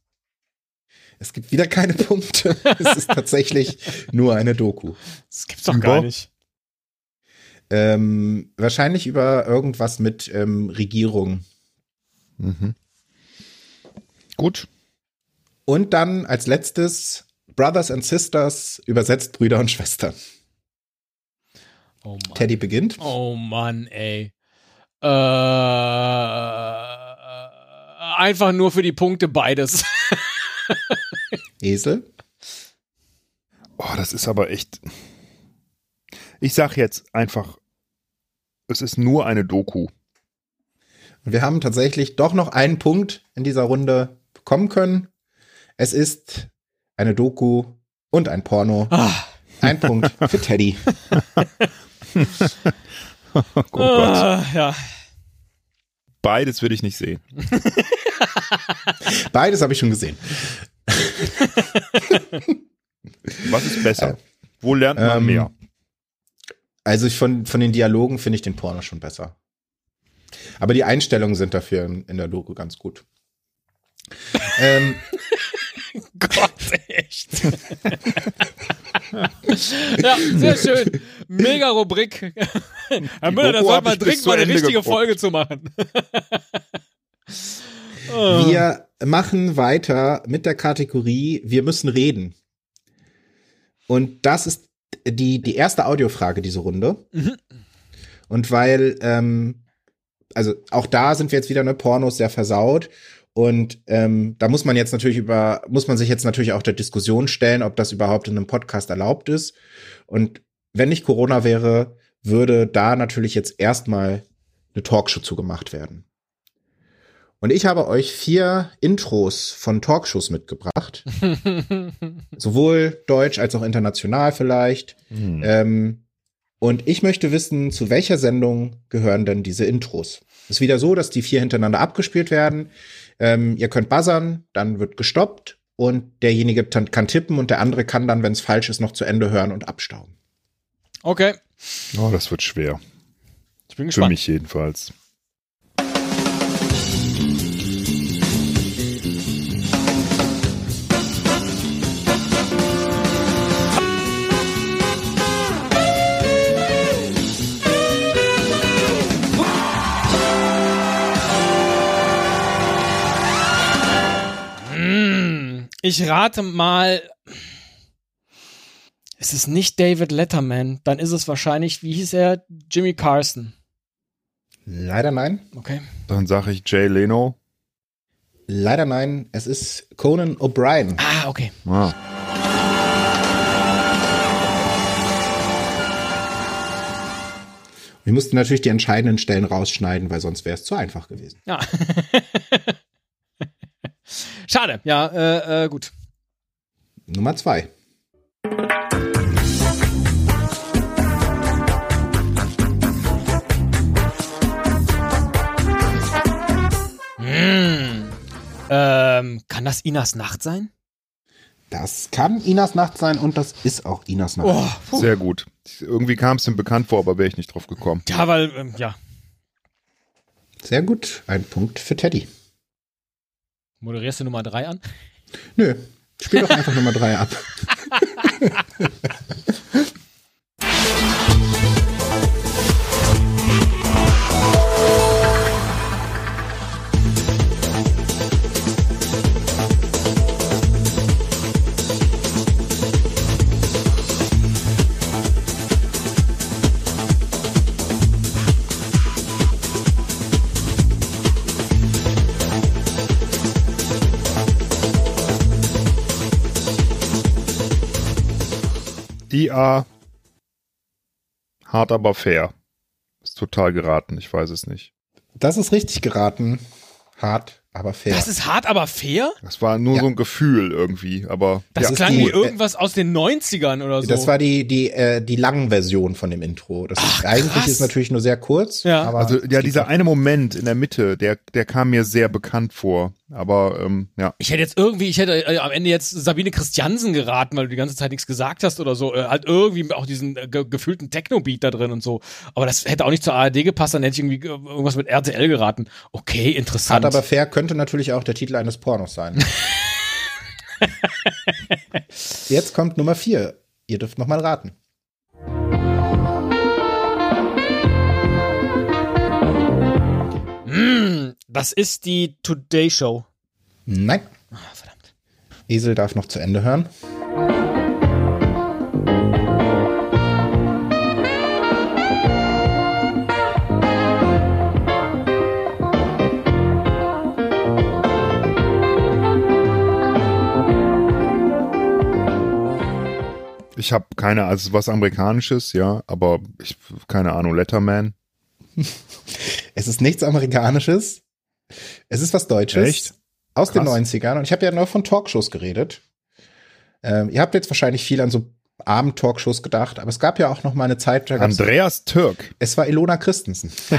Es gibt wieder keine Punkte. es ist tatsächlich nur eine Doku. Das gibt's doch gar Über? nicht. Ähm, wahrscheinlich über irgendwas mit ähm, Regierung. Mhm. Gut. Und dann als letztes Brothers and Sisters, übersetzt Brüder und Schwestern. Oh Mann. Teddy beginnt. Oh Mann, ey. Äh, einfach nur für die Punkte beides. Esel. Oh, das ist aber echt. Ich sage jetzt einfach, es ist nur eine Doku. Und wir haben tatsächlich doch noch einen Punkt in dieser Runde bekommen können. Es ist eine Doku und ein Porno. Ah, Ein Punkt für Teddy. Oh Gott. ah, [laughs] ja. Beides will ich nicht sehen. Beides habe ich schon gesehen. Was ist besser? Wo lernt man Ähm, mehr? Also ich von, von den Dialogen finde ich den Porno schon besser. Aber die Einstellungen sind dafür in, in der Doku ganz gut. ähm, Gott, echt. [laughs] ja, sehr schön. Mega Rubrik. Herr Müller, da Doku sollte hab man ich bis dringend zu mal eine Ende richtige geguckt. Folge zu machen. Wir machen weiter mit der Kategorie Wir müssen reden. Und das ist die, die erste Audiofrage diese Runde. Und weil, ähm, also auch da sind wir jetzt wieder ne Pornos sehr versaut. Und ähm, da muss man jetzt natürlich über, muss man sich jetzt natürlich auch der Diskussion stellen, ob das überhaupt in einem Podcast erlaubt ist. Und wenn nicht Corona wäre, würde da natürlich jetzt erstmal eine Talkshow zugemacht werden. Und ich habe euch vier Intros von Talkshows mitgebracht. Sowohl deutsch als auch international vielleicht. Hm. Ähm, und ich möchte wissen, zu welcher Sendung gehören denn diese Intros? Ist wieder so, dass die vier hintereinander abgespielt werden. Ähm, ihr könnt buzzern, dann wird gestoppt und derjenige tan- kann tippen und der andere kann dann, wenn es falsch ist, noch zu Ende hören und abstauben. Okay, Oh, das wird schwer. ich bin Für gespannt. mich jedenfalls. Mm, Ich rate mal, es ist nicht David Letterman, dann ist es wahrscheinlich, wie hieß er, Jimmy Carson. Leider nein. Okay. Dann sage ich Jay Leno. Leider nein. Es ist Conan O'Brien. Ah, okay. Ah. Wir mussten natürlich die entscheidenden Stellen rausschneiden, weil sonst wäre es zu einfach gewesen. Ja. [laughs] Schade. Ja, äh, äh, gut. Nummer zwei. Mm. Ähm, kann das Inas Nacht sein? Das kann Inas Nacht sein und das ist auch Inas Nacht. puh. Sehr gut. Irgendwie kam es mir bekannt vor, aber wäre ich nicht drauf gekommen. Ja, weil, ähm, ja, Sehr gut. Ein Punkt für Teddy. moderierst du Nummer drei an? Nö. Spiel doch einfach Nummer drei ab. IA. Hart, aber fair. Ist total geraten. Ich weiß es nicht. Das ist richtig geraten. Hart, aber fair. Das ist hart, aber fair? Das war nur Ja. so ein Gefühl irgendwie, aber Das Ja, klang cool. wie irgendwas aus den 90ern oder so. Das war die, die, äh, die langen Version von dem Intro. Das ist, eigentlich krass. ist natürlich nur sehr kurz, Ja. aber also ja, dieser eine Moment in der Mitte, der, der kam mir sehr bekannt vor. Aber ähm, ja, ich hätte jetzt irgendwie, ich hätte äh, am Ende jetzt Sabine Christiansen geraten, weil du die ganze Zeit nichts gesagt hast oder so. Äh, halt irgendwie auch diesen äh, ge gefühlten Techno-Beat da drin und so. Aber das hätte auch nicht zur ARD gepasst, dann hätte ich irgendwie äh, irgendwas mit RTL geraten. Okay, hart interessant. aber fair könnte natürlich auch der Titel eines [laughs] Pornos sein. Jetzt kommt Nummer vier. Ihr dürft noch mal raten. das ist die Today Show. Nein. Ah, verdammt. Esel darf noch zu Ende hören. ich habe keine, also es ist was Amerikanisches, ja, aber ich, keine Ahnung, Letterman. Es ist nichts Amerikanisches. Es ist was Deutsches. Echt? Aus den Krass. 90ern. Und ich habe ja noch von Talkshows geredet. Ähm, ihr habt jetzt wahrscheinlich viel an so Abend-Talkshows gedacht, aber es gab ja auch noch mal eine Zeit, da gab's- Andreas Türk, es war Ilona Christensen. [laughs]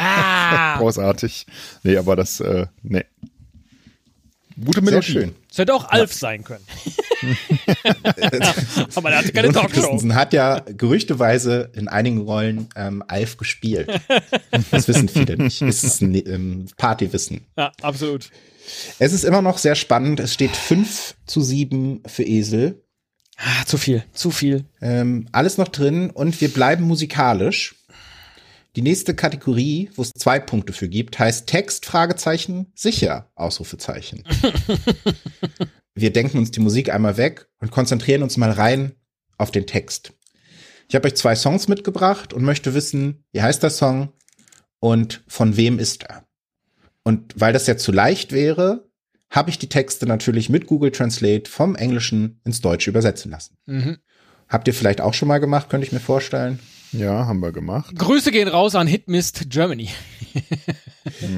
Ah, großartig. Nee, aber das, äh, nee. Gute Sehr Melodie. schön. es hätte auch Alf sein [laughs] können. aber der hatte keine Ilona Talkshow. Christensen hat ja gerüchteweise in einigen Rollen ähm, Alf gespielt. [laughs] Das wissen viele nicht. Es ist ein ähm, Partywissen. Ja, absolut. Es ist immer noch sehr spannend. Es steht 5 zu 7 für Esel. Ah, zu viel, zu viel. Ähm, alles noch drin und wir bleiben musikalisch. Die nächste Kategorie, wo es zwei Punkte für gibt, heißt Text, Fragezeichen, sicher, Ausrufezeichen. wir denken uns die Musik einmal weg und konzentrieren uns mal rein auf den Text. Ich habe euch zwei Songs mitgebracht und möchte wissen, wie heißt der Song und von wem ist er. Und weil das ja zu leicht wäre, habe ich die Texte natürlich mit Google Translate vom Englischen ins Deutsche übersetzen lassen. Mhm. Habt ihr vielleicht auch schon mal gemacht, könnte ich mir vorstellen. Ja, haben wir gemacht. Grüße gehen raus an Hitmist Germany.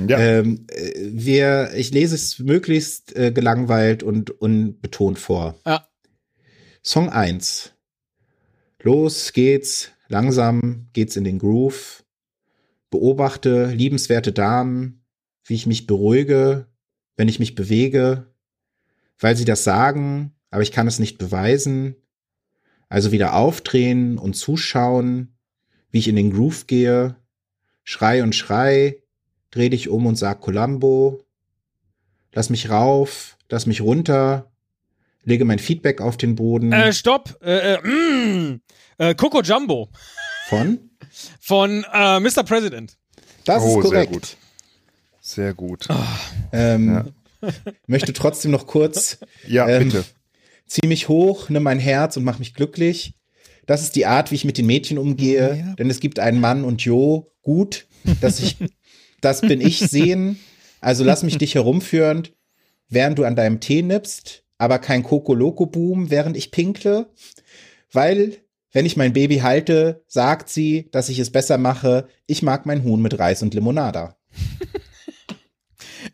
Ja. Ähm, äh, wir, ich lese es möglichst äh, gelangweilt und unbetont vor. Ja. Song 1. Los geht's, langsam geht's in den Groove. Beobachte liebenswerte Damen, wie ich mich beruhige, wenn ich mich bewege, weil sie das sagen, aber ich kann es nicht beweisen. Also wieder aufdrehen und zuschauen, wie ich in den Groove gehe, schrei und schrei, dreh dich um und sag Columbo, lass mich rauf, lass mich runter, lege mein Feedback auf den Boden Äh, stopp. Äh, äh, mm, äh, Coco Jumbo von. von äh, Mr. President. Das Oh, ist sehr korrekt. gut. Sehr gut. ah, Ähm, Möchte trotzdem noch kurz Ja, ähm, bitte. zieh mich hoch, nimm mein Herz und mach mich glücklich. Das ist die Art, wie ich mit den Mädchen umgehe, Ja. denn es gibt einen Mann und Jo, gut, dass ich, das bin ich sehen. Also lass mich dich herumführen, während du an deinem Tee nippst, aber kein Kokoloko-Boom, während ich pinkle, weil wenn ich mein Baby halte, sagt sie, dass ich es besser mache. Ich mag mein Huhn mit Reis und Limonada.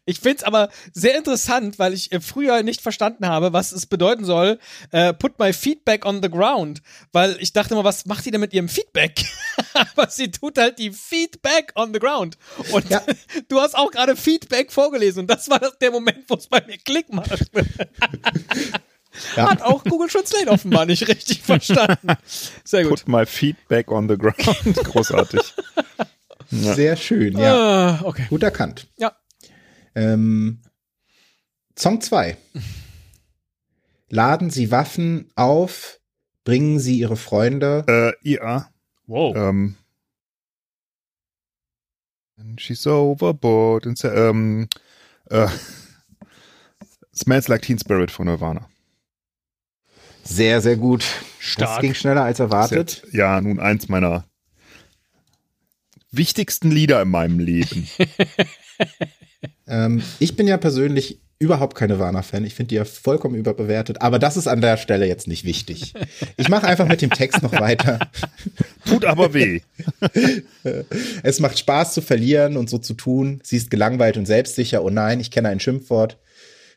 Ich find's aber sehr interessant, weil ich äh, früher nicht verstanden habe, was es bedeuten soll, äh, put my feedback on the ground. Weil ich dachte immer, was macht die denn mit ihrem Feedback? [laughs] Aber sie tut halt die Feedback on the ground. Und Ja. [laughs] du hast auch gerade Feedback vorgelesen. Und das war das, der Moment, wo es bei mir Klick macht. Ja. [laughs] Hat auch Google Translate offenbar nicht richtig verstanden. Sehr gut. Put my feedback on the ground. [laughs] Großartig. Sehr schön, ja. Äh, okay. Gut erkannt. Ja. Ähm, Song 2. Laden Sie Waffen auf, bringen Sie Ihre Freunde. äh, ja. Wow. Ähm, and she's overboard. And, sa- ähm, äh, [laughs] smells like Teen Spirit von Nirvana. Sehr, sehr gut. Das Stark. ging schneller als erwartet. Ist jetzt- Ja, nun eins meiner wichtigsten Lieder in meinem Leben. Ähm, ich bin ja persönlich überhaupt keine Warner-Fan. Ich finde die ja vollkommen überbewertet. Aber das ist an der Stelle jetzt nicht wichtig. Ich mache einfach mit dem Text noch weiter. Tut [laughs] aber weh. es macht Spaß zu verlieren und so zu tun. Sie ist gelangweilt und selbstsicher. Oh nein, ich kenne ein Schimpfwort.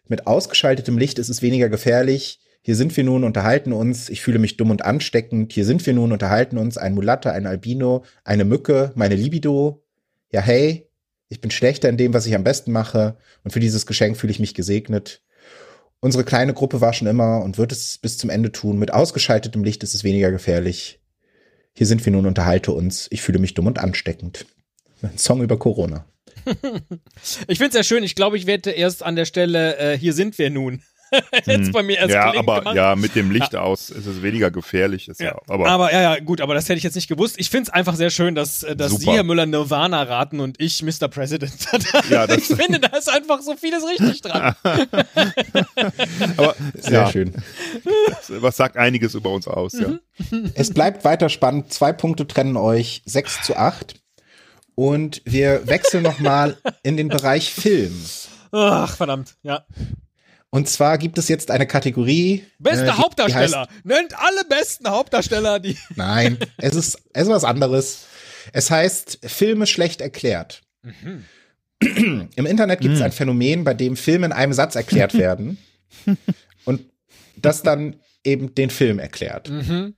Mit ausgeschaltetem Licht ist es weniger gefährlich. Hier sind wir nun, unterhalten uns. Ich fühle mich dumm und ansteckend. Hier sind wir nun, unterhalten uns. Ein Mulatte, ein Albino, eine Mücke, meine Libido. Ja, hey, ich bin schlechter in dem, was ich am besten mache. Und für dieses Geschenk fühle ich mich gesegnet. Unsere kleine Gruppe war schon immer und wird es bis zum Ende tun. Mit ausgeschaltetem Licht ist es weniger gefährlich. Hier sind wir nun, unterhalte uns. Ich fühle mich dumm und ansteckend. Ein Song über Corona. ich finde es ja schön. Ich glaube, ich wette erst an der Stelle, äh, hier sind wir nun. [laughs] Jetzt bei mir erst Hm. Ja, aber gemacht. ja, mit dem Licht ja. aus ist es weniger gefährlich. Ist ja. ja, aber, aber ja, ja, gut, aber das hätte ich jetzt nicht gewusst. Ich finde es einfach sehr schön, dass, äh, dass Super. Sie, Herr Müller, Nirvana raten und ich Mr. President. [laughs] ja, ich finde, da ist einfach so vieles richtig dran. aber sehr ja. schön. Was sagt einiges über uns aus, ja. Mhm. Es bleibt weiter spannend. Zwei Punkte trennen euch. Sechs zu acht. Und wir wechseln nochmal in den Bereich Film. Ach, verdammt, ja. Und zwar gibt es jetzt eine Kategorie. Beste äh, Hauptdarsteller. Heißt, Nennt alle besten Hauptdarsteller, die. [laughs] Nein, es ist, es ist was anderes. Es heißt Filme schlecht erklärt. Mhm. Im Internet gibt es mhm. ein Phänomen, bei dem Filme in einem Satz erklärt [laughs] werden und das dann eben den Film erklärt. Mhm.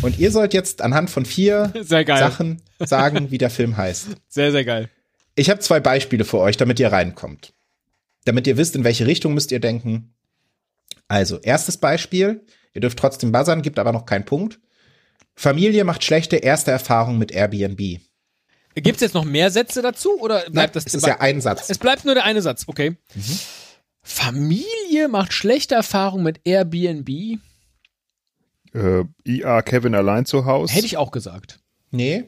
und ihr sollt jetzt anhand von [laughs] vier Sachen sagen, wie der Film heißt. Sehr, sehr geil. Ich habe zwei Beispiele für euch, damit ihr reinkommt damit ihr wisst, in welche Richtung müsst ihr denken. Also, erstes Beispiel. Ihr dürft trotzdem buzzern, gibt aber noch keinen Punkt. Familie macht schlechte erste Erfahrung mit Airbnb. Gibt es jetzt noch mehr Sätze dazu oder bleibt Nein, das? Es ist ja ein Satz. Es bleibt nur der eine Satz, okay. Mhm. Familie macht schlechte Erfahrung mit Airbnb. Äh, IA Kevin allein zu Hause. Hätte ich auch gesagt. Nee.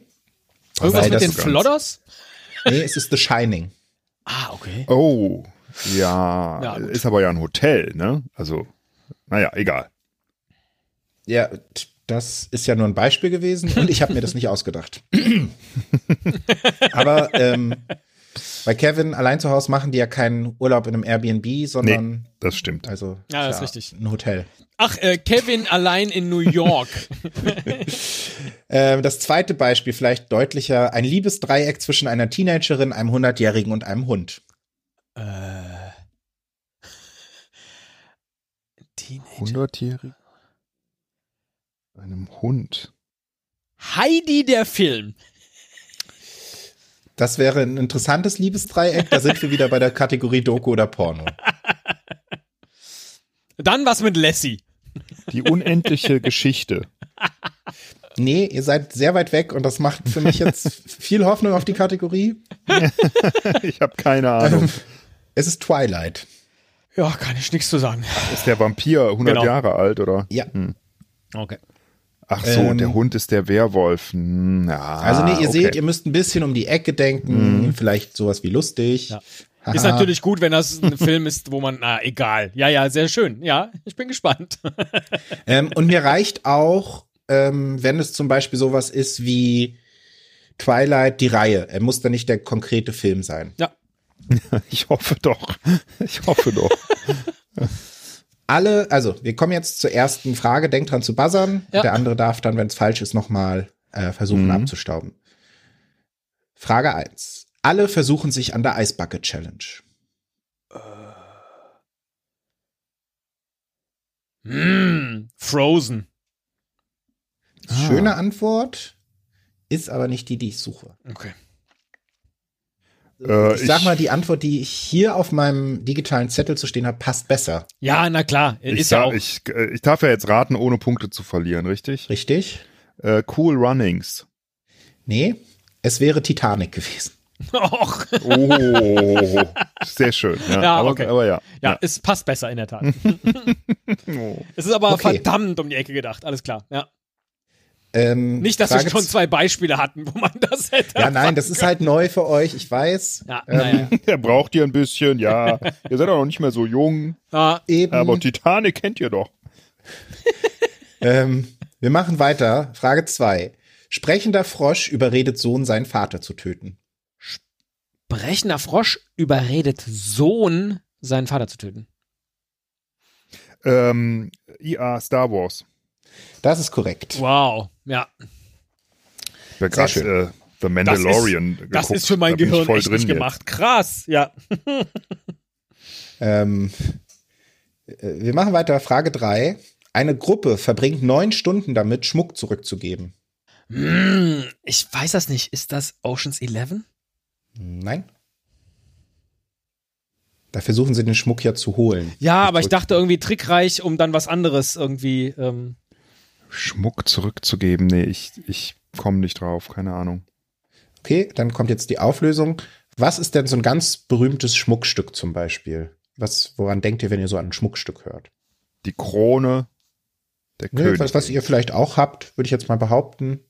Irgendwas Sei mit den Flodders? Nee, es ist The Shining. Ah, okay. Oh. Ja, ja ist aber ja ein Hotel, ne? Also, naja, egal. Ja, das ist ja nur ein Beispiel gewesen und ich habe mir das nicht ausgedacht. aber ähm, bei Kevin allein zu Hause machen die ja keinen Urlaub in einem Airbnb, sondern. Nee, das stimmt. Also, ja, das ist richtig. Ein Hotel. Ach, äh, Kevin allein in New York. [laughs] ähm, das zweite Beispiel, vielleicht deutlicher: ein Liebesdreieck zwischen einer Teenagerin, einem 100-Jährigen und einem Hund. Äh, 100-jährig? Einem Hund. Heidi der Film. Das wäre ein interessantes Liebesdreieck. Da sind wir wieder bei der Kategorie Doku oder Porno. Dann was mit Lassie. Die unendliche Geschichte. Nee, ihr seid sehr weit weg und das macht für mich jetzt viel Hoffnung auf die Kategorie. ich habe keine Ahnung. Es ist Twilight. Ja, kann ich nichts zu sagen. Ist der Vampir 100 genau. Jahre alt, oder? Ja. Hm. Okay. Ach so, ähm, der Hund ist der Werwolf. Hm, ah, also nee, ihr okay. seht, ihr müsst ein bisschen um die Ecke denken, mhm. vielleicht sowas wie lustig. Ja. Ist natürlich gut, wenn das ein Film ist, wo man, na egal. Ja, ja, sehr schön. Ja, ich bin gespannt. ähm, und mir reicht auch, ähm, wenn es zum Beispiel sowas ist wie Twilight, die Reihe. Er muss da nicht der konkrete Film sein. Ja, [laughs] ich hoffe doch. Ich hoffe doch. Alle, also wir kommen jetzt zur ersten Frage. Denkt dran zu buzzern. Ja. Der andere darf dann, wenn es falsch ist, nochmal äh, versuchen mhm. abzustauben. Frage 1. Alle versuchen sich an der Eisbucket Challenge. Mm, frozen. Schöne ah. Antwort, ist aber nicht die, die ich suche. Okay Äh, ich sag mal, die Antwort, die ich hier auf meinem digitalen Zettel zu stehen habe, passt besser. Ja, na klar. Ich, ist darf, ja ich, äh, ich, darf ja jetzt raten, ohne Punkte zu verlieren, richtig? Richtig. Äh, cool Runnings. Nee, es wäre Titanic gewesen. [laughs] Och. Oh, sehr schön. Ja, ja okay. aber, aber ja, ja, ja. es passt besser in der Tat. oh. Es ist aber okay. verdammt um die Ecke gedacht, alles klar, ja. Ähm, Nicht, dass Frage wir schon zwei Beispiele hatten, wo man das hätte. [laughs] Ja, nein, das ist halt neu für euch, ich weiß. Ja, ähm, ja. Der braucht ihr ein bisschen, [laughs] ja. ihr seid auch noch nicht mehr so jung. Ah, eben. Mhm. Aber Titanic kennt ihr doch. ähm, wir machen weiter. Frage 2. Sprechender Frosch überredet Sohn, seinen Vater zu töten. Brechner Frosch überredet Sohn, seinen Vater zu töten. Ähm, IA Star Wars. Das ist korrekt. Wow, ja. Ich hab grad, äh, The Mandalorian Das ist, das ist für mein Gehirn voll echt nicht gemacht. Jetzt. Krass, ja. ähm, äh, wir machen weiter. Frage 3. Eine Gruppe verbringt neun Stunden damit, Schmuck zurückzugeben. Mm, ich weiß das nicht. Ist das Oceans 11? Nein. Da versuchen sie den Schmuck ja zu holen. Ja, aber ich dachte irgendwie trickreich, um dann was anderes irgendwie. Ähm Schmuck zurückzugeben. Nee, ich, ich komme nicht drauf. Keine Ahnung. Okay, dann kommt jetzt die Auflösung. Was ist denn so ein ganz berühmtes Schmuckstück zum Beispiel? Was, woran denkt ihr, wenn ihr so an ein Schmuckstück hört? Die Krone der nee, König. Was, was ihr vielleicht auch habt, würde ich jetzt mal behaupten.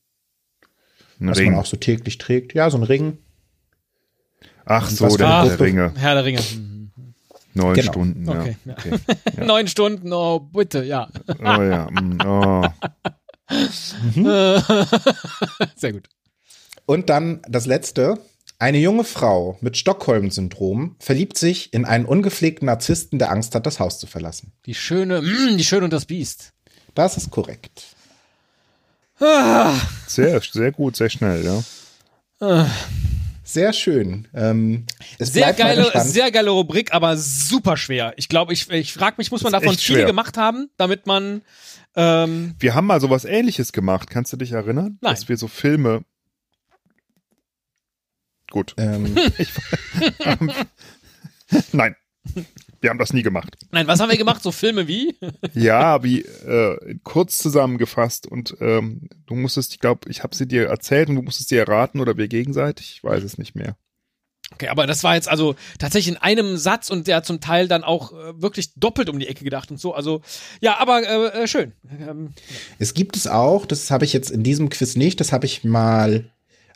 Ein was Ring. man auch so täglich trägt. Ja, so ein Ring. Ach so, der Herr der Ringe. Herr der Ringe. Neun genau. Stunden, okay. ja. Okay. ja. [laughs] Neun Stunden, oh, bitte, ja. Oh ja, [laughs] oh. mhm. [laughs] Sehr gut. Und dann das letzte. Eine junge Frau mit Stockholm-Syndrom verliebt sich in einen ungepflegten Narzissten, der Angst hat, das Haus zu verlassen. Die Schöne, mh, die Schöne und das Biest. Das ist korrekt. Ah. Sehr, sehr gut, sehr schnell, ja. Ah. Sehr schön. Ähm, sehr, geile, sehr geile Rubrik, aber super schwer. Ich glaube, ich, ich frage mich, muss man davon viele gemacht haben, damit man. Ähm wir haben mal sowas ähnliches gemacht. Kannst du dich erinnern? Nein. Dass wir so Filme [laughs] Gut. Ähm. Ich, ähm, nein. Wir haben das nie gemacht. Nein, was haben wir gemacht? So Filme wie? ja, wie äh, kurz zusammengefasst und ähm, du musstest, ich glaube, ich habe sie dir erzählt und du musstest sie erraten oder wir gegenseitig, ich weiß es nicht mehr. Okay, aber das war jetzt also tatsächlich in einem Satz und der zum Teil dann auch äh, wirklich doppelt um die Ecke gedacht und so. Also ja, aber äh, schön. Ähm, es gibt es auch, das habe ich jetzt in diesem Quiz nicht, das habe ich mal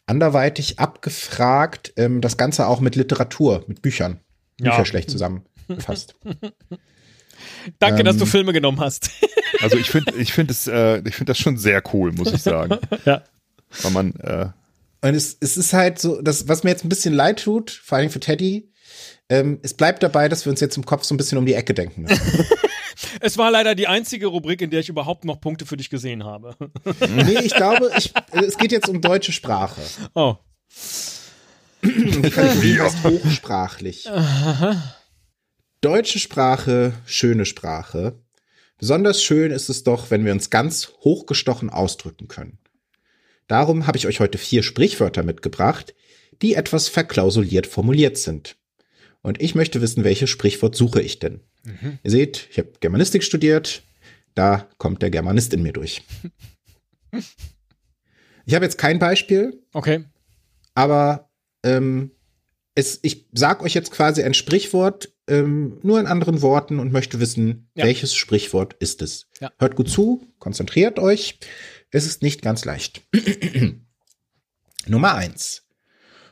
anderweitig abgefragt, ähm, das Ganze auch mit Literatur, mit Büchern. Bücher ja. schlecht zusammengefasst. Danke, ähm, dass du Filme genommen hast. [laughs] also ich finde ich find das, äh, ich find das schon sehr cool, muss ich [laughs] sagen. ja. Weil man äh Und es, es ist halt so, das, was mir jetzt ein bisschen leid tut, vor allem für Teddy, ähm, es bleibt dabei, dass wir uns jetzt im Kopf so ein bisschen um die Ecke denken. Es war leider die einzige Rubrik, in der ich überhaupt noch Punkte für dich gesehen habe. Nee, ich glaube, ich, es geht jetzt um deutsche Sprache. [laughs] Oh. Die Kategorie ist Äh, hochsprachlich. Aha. Deutsche Sprache, schöne Sprache. Besonders schön ist es doch, wenn wir uns ganz hochgestochen ausdrücken können. Darum habe ich euch heute vier Sprichwörter mitgebracht, die etwas verklausuliert formuliert sind. Und ich möchte wissen, welches Sprichwort suche ich denn? Mhm. Ihr seht, ich habe Germanistik studiert. Da kommt der Germanist in mir [laughs] durch. ich habe jetzt kein Beispiel. Okay. Aber ähm, es, ich sage euch jetzt quasi ein Sprichwort, ähm, nur in anderen Worten und möchte wissen, ja. welches Sprichwort ist es. Ja. Hört gut zu, konzentriert euch. Es ist nicht ganz leicht. [clears throat] Nummer eins.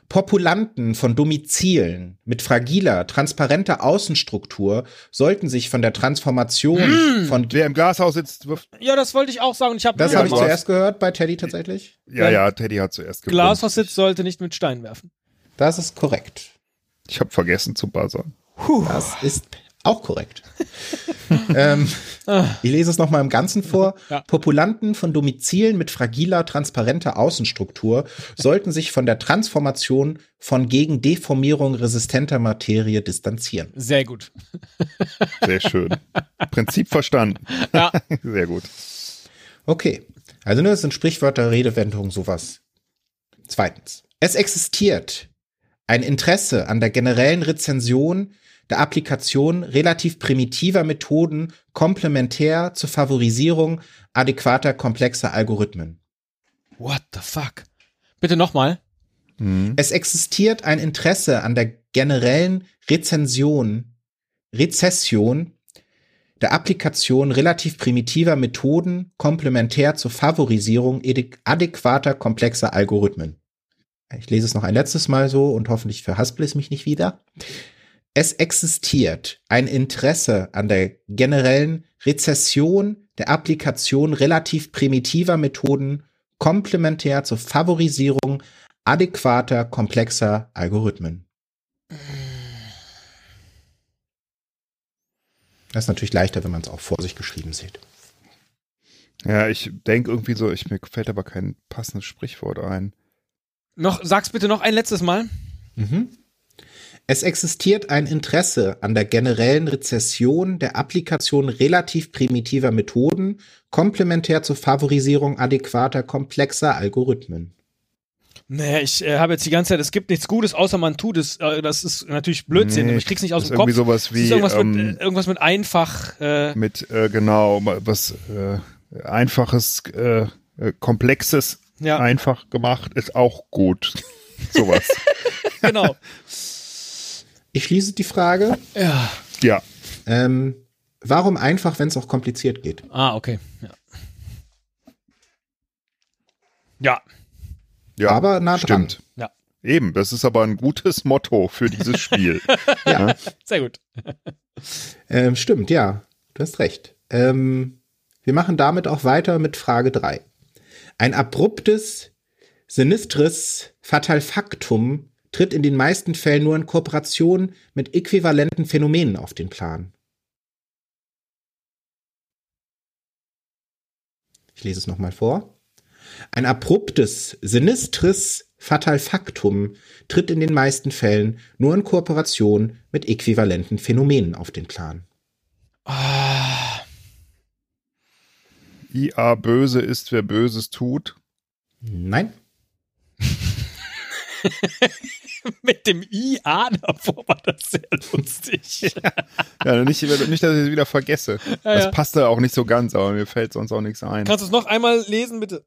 Populanten von Domizilen mit fragiler, transparenter Außenstruktur sollten sich von der Transformation hm, von. Wer im Glashaus sitzt, wirft. Ja, das wollte ich auch sagen. Ich hab das habe ich zuerst gehört bei Teddy tatsächlich. Ja, ja, Teddy hat zuerst gehört. Glashaus sitzt, sollte nicht mit Steinen werfen. Das ist korrekt. Ich habe vergessen zu buzzern. Puh. Das ist auch [laughs] korrekt. ähm, ich lese es nochmal im Ganzen vor. Ja. Populanten von Domizilen mit fragiler, transparenter Außenstruktur sollten sich von der Transformation von gegen Deformierung resistenter Materie distanzieren. Sehr gut. [laughs] Sehr schön. Prinzip verstanden. Ja. [laughs] Sehr gut. Okay. Also, ne, das sind Sprichwörter, Redewendungen, sowas. Zweitens. Es existiert ein Interesse an der generellen Rezension der Applikation relativ primitiver Methoden komplementär zur Favorisierung adäquater komplexer Algorithmen. What the fuck? Bitte nochmal. Mhm. Es existiert ein Interesse an der generellen Rezension, Rezession der Applikation relativ primitiver Methoden komplementär zur Favorisierung adäquater komplexer Algorithmen. Ich lese es noch ein letztes Mal so und hoffentlich verhaspel es mich nicht wieder. Es existiert ein Interesse an der generellen Rezession der Applikation relativ primitiver Methoden komplementär zur Favorisierung adäquater, komplexer Algorithmen. Das ist natürlich leichter, wenn man es auch vor sich geschrieben sieht. Ja, ich denke irgendwie so, ich, mir fällt aber kein passendes Sprichwort ein. Noch, sag's bitte noch ein letztes Mal. Mhm. Es existiert ein Interesse an der generellen Rezession der Applikation relativ primitiver Methoden, komplementär zur Favorisierung adäquater, komplexer Algorithmen. Naja, ich äh, habe jetzt die ganze Zeit, es gibt nichts Gutes, außer man tut es. Äh, das ist natürlich Blödsinn, Nee, aber ich krieg's nicht aus ist dem Kopf. irgendwie sowas Es wie, ist irgendwas, ähm, mit, äh, irgendwas mit einfach. [laughs] Äh, Mit, äh, genau, ma- was äh, Einfaches, äh, äh, Komplexes, Ja. einfach gemacht, ist auch [laughs] gut. Sowas. genau. Ich schließe die Frage, ja. ja. ähm, warum einfach, wenn es auch kompliziert geht? Ah, okay. Ja. ja. ja. Aber nah dran. stimmt. Ja. Eben, das ist aber ein gutes Motto für [laughs] dieses Spiel. ja. Sehr gut. Ähm, stimmt, ja. Du hast recht. Ähm, wir machen damit auch weiter mit Frage 3. Ein abruptes, sinistres Fatal Factum tritt in den meisten Fällen nur in Kooperation mit äquivalenten Phänomenen auf den Plan. Ich lese es nochmal vor. Ein abruptes, sinistres Fatal Factum tritt in den meisten Fällen nur in Kooperation mit äquivalenten Phänomenen auf den Plan. Ah, IA böse ist, wer Böses tut. Nein. mit dem IA [laughs] davor war das sehr lustig. Ja, nicht, nicht dass ich es wieder vergesse. das ja. passt da auch nicht so ganz, aber mir fällt sonst auch nichts ein. Kannst du es noch einmal lesen, bitte?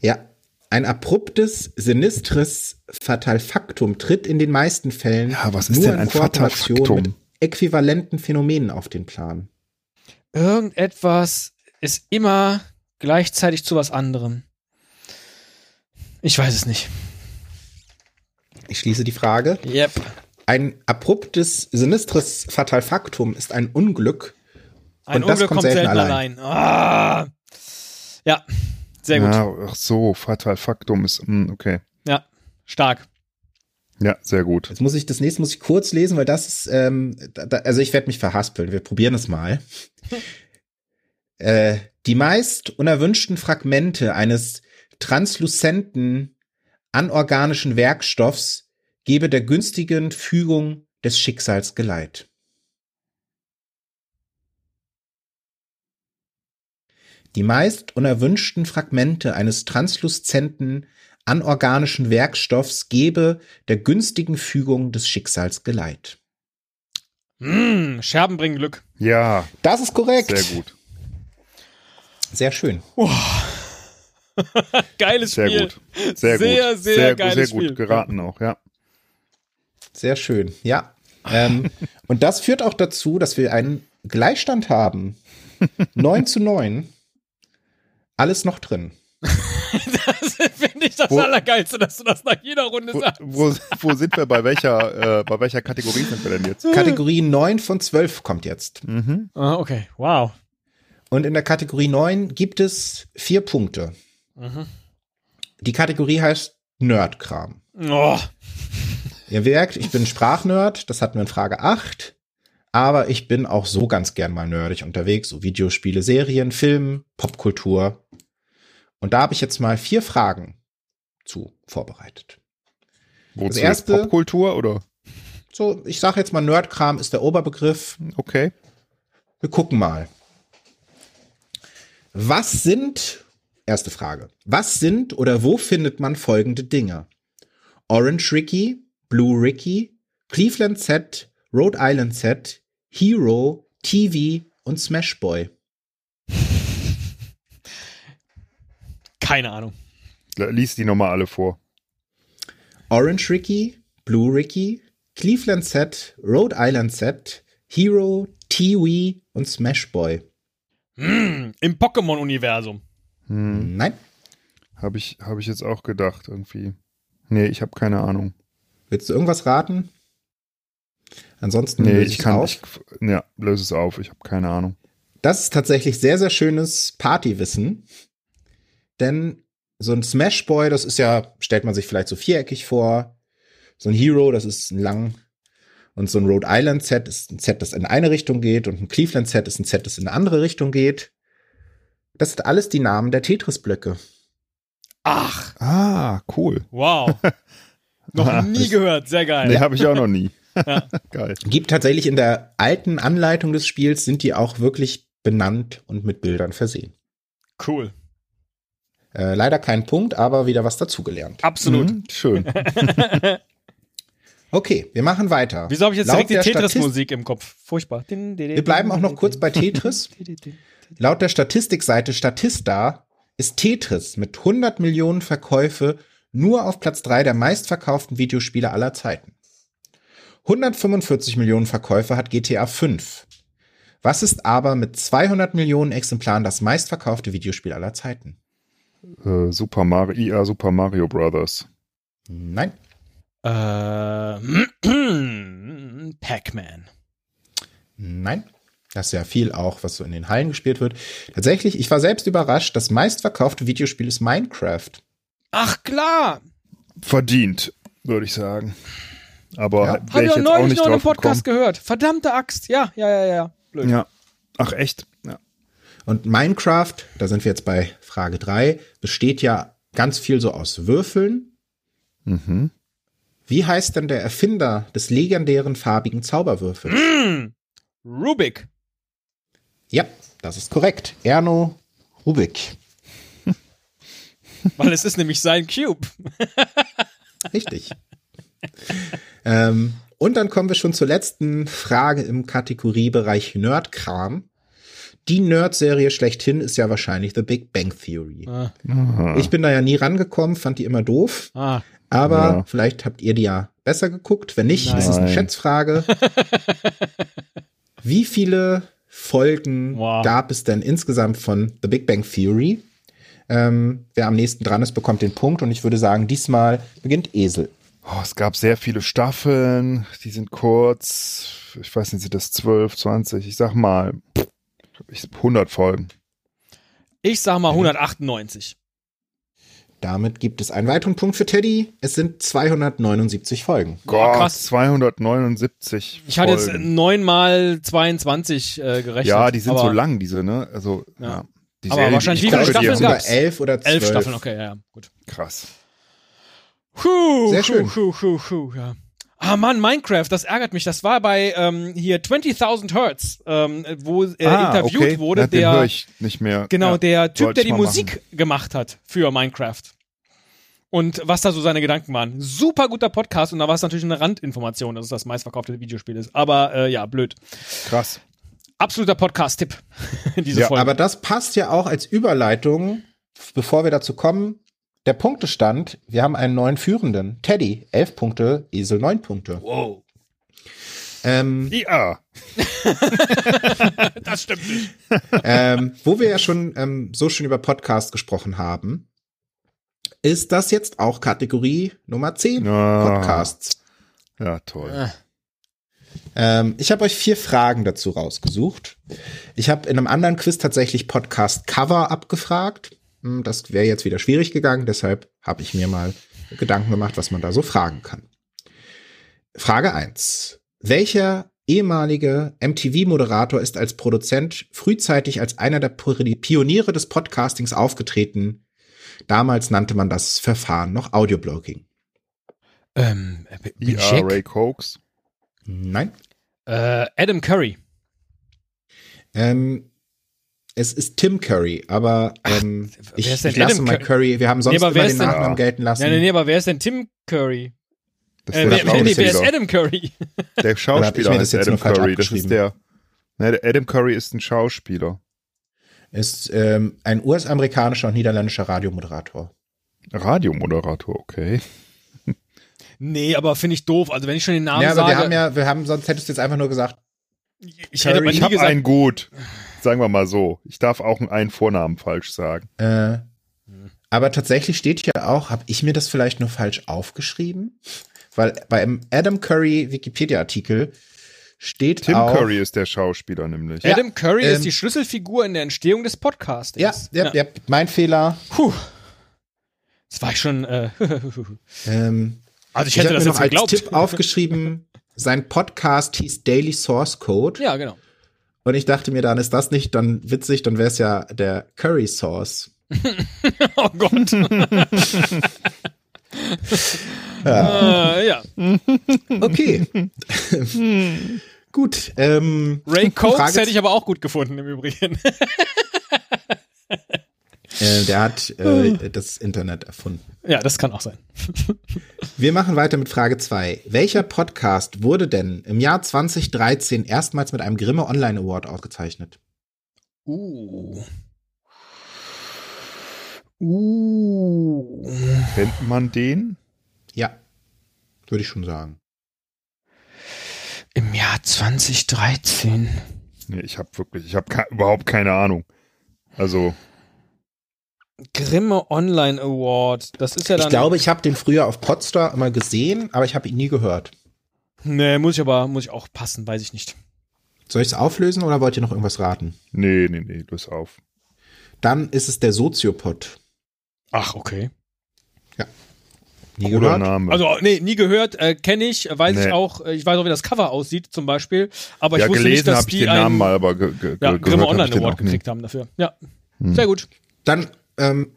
Ja. Ein abruptes, sinistres Fatal Factum tritt in den meisten Fällen Ja, was ist denn ein Fatal Factum? mit äquivalenten Phänomenen auf den Plan. Irgendetwas ist immer gleichzeitig zu was anderem. Ich weiß es nicht. Ich schließe die Frage. Yep. Ein abruptes, sinistres Fatal Factum ist ein Unglück. Ein Und das Unglück kommt selten allein. Ah. Ja, sehr gut. Ja, Ja, ach so, Fatal Factum ist, mm, okay. stark. Ja, sehr gut. Jetzt muss ich das nächste muss ich kurz lesen, weil das ist, ähm, da, da, also ich werde mich verhaspeln. Wir probieren es mal. äh, die meist unerwünschten Fragmente eines transluzenten, anorganischen Werkstoffs gebe der günstigen Fügung des Schicksals Geleit. Die meist unerwünschten Fragmente eines transluzenten, anorganischen Werkstoffs gebe der günstigen Fügung des Schicksals Geleit. Mm, Scherben bringen Glück. Ja, Das ist korrekt. sehr gut. Sehr schön. Geiles Sehr Spiel. gut. Sehr, Sehr, gut. sehr geiles sehr gut Spiel. geraten auch, ja. Sehr schön. Ja. [laughs] Ähm, und das führt auch dazu, dass wir einen [laughs] Gleichstand haben. 9 zu 9. Alles noch drin. Das [laughs] finde ich das Wo- Allergeilste, dass du das nach jeder Runde Wo, sagst. wo, wo sind wir? Bei welcher, äh, bei welcher Kategorie sind wir denn jetzt? Kategorie 9 von 12 kommt jetzt. Mhm. Ah, okay, wow. Und in der Kategorie 9 gibt es vier Punkte. Mhm. Die Kategorie heißt Nerdkram. Oh, Ihr merkt, ich bin Sprachnerd, das hatten wir in Frage 8. Aber ich bin auch so ganz gern mal nerdig unterwegs, so Videospiele, Serien, Film, Popkultur. Und da habe ich jetzt mal vier Fragen zu vorbereitet. Wozu erste- jetzt? Popkultur oder? So, ich sage jetzt mal, Nerdkram ist der Oberbegriff. Okay. Wir gucken mal. Was sind, erste Frage, was sind oder wo findet man folgende Dinge? Orange Ricky, Blue Ricky, Cleveland Set, Rhode Island Set, Hero, TV und Smash Boy. keine Ahnung. Lies die nochmal alle vor. Orange Ricky, Blue Ricky, Cleveland Set, Rhode Island Set, Hero, TV und Smash Boy. Mm, Im Pokémon-Universum. Hm. Nein? Habe ich, hab ich jetzt auch gedacht, irgendwie. Nee, ich habe keine Ahnung. Willst du irgendwas raten? Ansonsten Nee, löse ich ich's kann. auf. Ich, ja, löse es auf. Ich habe keine Ahnung. Das ist tatsächlich sehr, sehr schönes Partywissen. Denn so ein Smash Boy, das ist ja, stellt man sich vielleicht so viereckig vor. So ein Hero, das ist ein lang. Und so ein Rhode Island Set ist ein Set, das in eine Richtung geht und ein Cleveland Set ist ein Set, das in eine andere Richtung geht. Das sind alles die Namen der Tetris-Blöcke. Ach. Ah, cool. Wow. noch ah, nie gehört, sehr geil. Nee, habe ich auch noch nie. ja. [laughs] Geil. Gibt tatsächlich in der alten Anleitung des Spiels, sind die auch wirklich benannt und mit Bildern versehen. Cool. Äh, leider kein Punkt, aber wieder was dazugelernt. Absolut. Mhm, [laughs] schön. okay, wir machen weiter. Wieso habe ich jetzt Laut direkt die Tetris-Musik im Kopf? Furchtbar. Wir bleiben auch noch kurz bei Tetris. Laut der Statistikseite Statista ist Tetris mit 100 Millionen Verkäufe nur auf Platz 3 der meistverkauften Videospiele aller Zeiten. 145 Millionen Verkäufe hat GTA 5. Was ist aber mit 200 Millionen Exemplaren das meistverkaufte Videospiel aller Zeiten? Äh, Super Mario, IA Super Mario Brothers. Nein. Äh, Ähm, [clears throat] Pac-Man. Nein. Das ist ja viel auch, was so in den Hallen gespielt wird. Tatsächlich, ich war selbst überrascht, das meistverkaufte Videospiel ist Minecraft. Ach klar. Verdient, würde ich sagen. Aber ja. habe ich auch neulich noch in einem Podcast gekommen. gehört. Verdammte Axt. Ja, ja, ja, ja. Blöd. Ja. Ach echt? Ja. Und Minecraft, da sind wir jetzt bei Frage 3, besteht ja ganz viel so aus Würfeln. Mhm. Wie heißt denn der Erfinder des legendären farbigen Zauberwürfels? Mhm. Rubik. Ja, das ist korrekt. Erno Rubik. Weil es ist nämlich sein Cube. Richtig. ähm, und dann kommen wir schon zur letzten Frage im Kategoriebereich Nerdkram. Die Nerd-Serie schlechthin ist ja wahrscheinlich The Big Bang Theory. Ah. Ich bin da ja nie rangekommen, fand die immer doof. Ah. Aber ja. vielleicht habt ihr die ja besser geguckt. Wenn nicht, Nein. ist es eine [laughs] Schätzfrage. Wie viele Folgen wow. gab es denn insgesamt von The Big Bang Theory? Ähm, wer am nächsten dran ist, bekommt den Punkt. Und ich würde sagen, diesmal beginnt Esel. Oh, es gab sehr viele Staffeln, die sind kurz. Ich weiß nicht, sind das 12, 20? Ich sag mal 100 Folgen. Ich sag mal 198. Damit gibt es einen weiteren Punkt für Teddy. Es sind 279 Folgen. Gott, krass. 279. Ich hatte jetzt neunmal 22 äh, gerechnet. Ja, die sind so lang, diese, ne? Also, ja. ja. Die aber Serie, wahrscheinlich wie viele Staffeln gab es? Elf oder zwölf. Elf Staffeln, okay, ja, ja gut. Krass. Puh, Sehr schön. Puh, puh, puh, ja. Ah Mann, Minecraft, das ärgert mich. Das war bei ähm, hier 20.000 Hertz, ähm, wo äh, ah, interviewt okay. wurde. Na, den der, höre ich nicht mehr. Genau, ja, der Typ, der die Musik machen. gemacht hat für Minecraft. Und was da so seine Gedanken waren. Super guter Podcast und da war es natürlich eine Randinformation, dass es das meistverkaufte Videospiel ist. Aber äh, ja, blöd. Krass. Absoluter Podcast-Tipp. [laughs] ja, Folge. aber das passt ja auch als Überleitung, bevor wir dazu kommen, der Punktestand, wir haben einen neuen Führenden. Teddy, elf Punkte, Esel neun Punkte. Wow. Ähm, ja. das stimmt nicht. Ähm, wo wir ja schon ähm, so schön über Podcast gesprochen haben, ist das jetzt auch Kategorie Nummer 10, ja. Podcasts. Ja, toll. Ah. Ähm, ich habe euch vier Fragen dazu rausgesucht. Ich habe in einem anderen Quiz tatsächlich Podcast-Cover abgefragt. Hm, Das wäre jetzt wieder schwierig gegangen, deshalb habe ich mir mal Gedanken gemacht, was man da so fragen kann. Frage eins: Welcher ehemalige MTV-Moderator ist als Produzent frühzeitig als einer der Pioniere des Podcastings aufgetreten? Damals nannte man das Verfahren noch Audioblogging. Ähm, bin ja, Ray Cokes? Nein. Äh, Adam Curry. Ähm, es ist Tim Curry, aber ähm, Ach, ich, ich lasse Adam mal Curry. Wir haben sonst nee, immer den Nachnamen ja. gelten lassen. Oh. Nee, nee, nee, aber wer ist denn Tim Curry? Das äh, wer, nee, nee, wer ist Adam Curry? [laughs] Der Schauspieler ist Adam Curry. Das ist der. Ne, Adam Curry ist ein Schauspieler. Ist ähm, ein US-amerikanischer und niederländischer Radiomoderator. Radiomoderator, okay. nee, aber finde ich doof. Also wenn ich schon den Namen ja, sage. Wir haben ja, wir haben, sonst hättest du jetzt einfach nur gesagt. Ich, Curry, ich habe einen gut sagen wir mal so. Ich darf auch einen Vornamen falsch sagen. Äh, aber tatsächlich steht hier auch, habe ich mir das vielleicht nur falsch aufgeschrieben? Weil beim Adam Curry Wikipedia-Artikel steht Tim auch, Curry ist der Schauspieler nämlich. Adam ja, Curry ähm, ist die Schlüsselfigur in der Entstehung des Podcasts. Ja, ja, ja, mein Fehler. Puh. Das war ich schon. Äh, [laughs] ähm, also ich, ich hätte das mir noch jetzt geglaubt. als Tipp aufgeschrieben. Sein Podcast hieß Daily Source Code. Ja, genau. Und ich dachte mir, dann ist das nicht dann witzig, dann wäre es ja der Curry Sauce. oh [laughs] Gott. ja. Äh, ja. Okay. [laughs] gut. Ähm, Ray Coates hätte ich aber auch gut gefunden im Übrigen. [laughs] Äh, der hat äh, das Internet erfunden. Ja, das kann auch sein. Wir machen weiter mit Frage 2. Welcher Podcast wurde denn im Jahr 2013 erstmals mit einem Grimme Online Award ausgezeichnet? Uh. Uh. Kennt man den? Ja, würde ich schon sagen. Im Jahr 2013. Nee, ich habe wirklich, ich habe ke überhaupt keine Ahnung. Also, Grimme Online Award. Das ist ja dann. Ich glaube, ich habe den früher auf Potsdam immer gesehen, aber ich habe ihn nie gehört. Nee, muss ich aber, muss ich auch passen, weiß ich nicht. Soll ich es auflösen oder wollt ihr noch irgendwas raten? Nee, nee, nee, löse auf. Dann ist es der Soziopod. Ach, okay. Ja. Nie Cooler gehört? Name. Also, nee, nie gehört, äh, kenne ich, weiß nee. ich auch, äh, ich weiß auch, wie das Cover aussieht zum Beispiel. Aber ich ja, wusste nicht, gelesen dass habe ich die den einen, Namen mal, aber ge ge ja, gehört Grimme habe ich Online den Award auch nie. Hm. gekriegt haben dafür. Ja. Sehr gut. Dann ähm,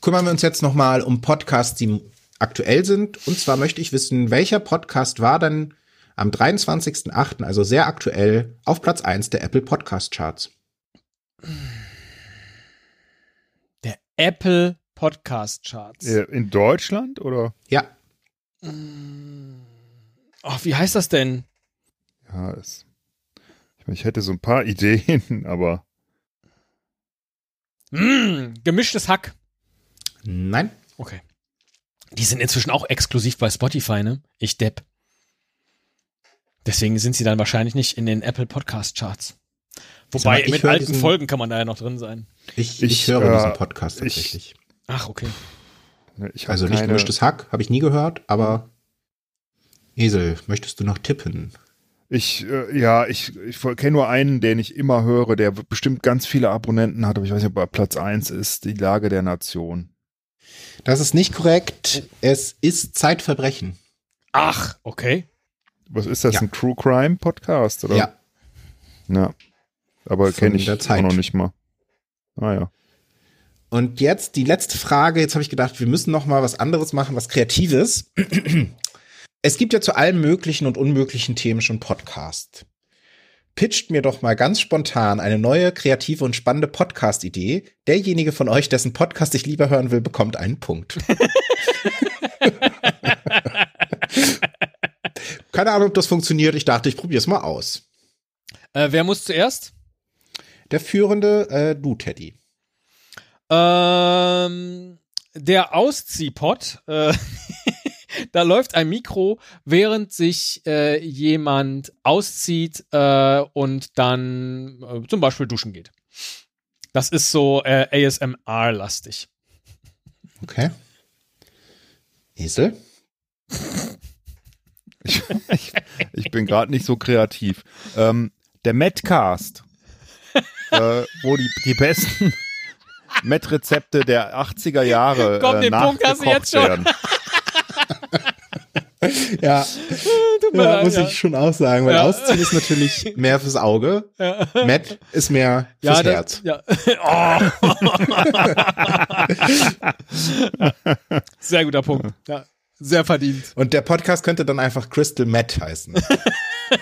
kümmern wir uns jetzt nochmal um Podcasts, die aktuell sind. Und zwar möchte ich wissen, welcher Podcast war denn am 23.08., also sehr aktuell, auf Platz 1 der Apple Podcast Charts? Der Apple Podcast Charts. Äh, In Deutschland oder? Ja, Hm. Ach, wie heißt das denn? Ja, es, ich, meine, ich hätte so ein paar [laughs] Ideen, aber Mm, gemischtes Hack. nein. Okay. Die sind inzwischen auch exklusiv bei Spotify, ne? Ich depp. Deswegen sind sie dann wahrscheinlich nicht in den Apple Podcast Charts. Wobei, Sag mal, ich mit höre alten diesen- Folgen kann man da ja noch drin sein. Ich, ich, Ich, höre äh, diesen Podcast ich- tatsächlich. Ach, okay. ne, ich habe also nicht keine, gemischtes Hack, habe ich nie gehört, aber Esel, möchtest du noch tippen? Ich, äh, ja, ich, ich kenne nur einen, den ich immer höre, der bestimmt ganz viele Abonnenten hat, aber ich weiß nicht, ob er Platz 1 ist, die Lage der Nation. Das ist nicht korrekt. Es ist Zeitverbrechen. Ach, okay. Was ist das, Ja. ein True Crime Podcast, oder? Ja. Ja. Aber Von kenne ich der Zeit. auch noch nicht mal. Ah, Naja. Und jetzt die letzte Frage. Jetzt habe ich gedacht, wir müssen noch mal was anderes machen, was Kreatives. [clears throat] Es gibt ja zu allen möglichen und unmöglichen Themen schon Podcast. Pitcht mir doch mal ganz spontan eine neue, kreative und spannende Podcast-Idee. Derjenige von euch, dessen Podcast ich lieber hören will, bekommt einen Punkt. Keine Ahnung, ob das funktioniert. Ich dachte, ich probiere es mal aus. Äh, wer muss zuerst? Der führende, äh, du, Teddy. Ähm, der Ausziehpot, äh, [laughs] da läuft ein Mikro, während sich äh, jemand auszieht äh, und dann äh, zum Beispiel duschen geht. Das ist so äh, ASMR-lastig. Okay. Esel? Ich, ich, ich bin gerade nicht so kreativ. Ähm, der Metcast, äh, wo die, die besten Met-Rezepte der 80er Jahre Komm, äh, den Punkt hast du nachgekocht jetzt schon. werden. Ja, Tut mir ja leid, muss ich schon auch sagen, weil Ja. Ausziehen ist natürlich [laughs] mehr fürs Auge. Matt ist mehr ja, fürs da- Herz. Ja. [laughs] Oh. Oh. [laughs] Sehr guter Punkt. Ja. Sehr verdient. Und der Podcast könnte dann einfach Crystal Matt heißen.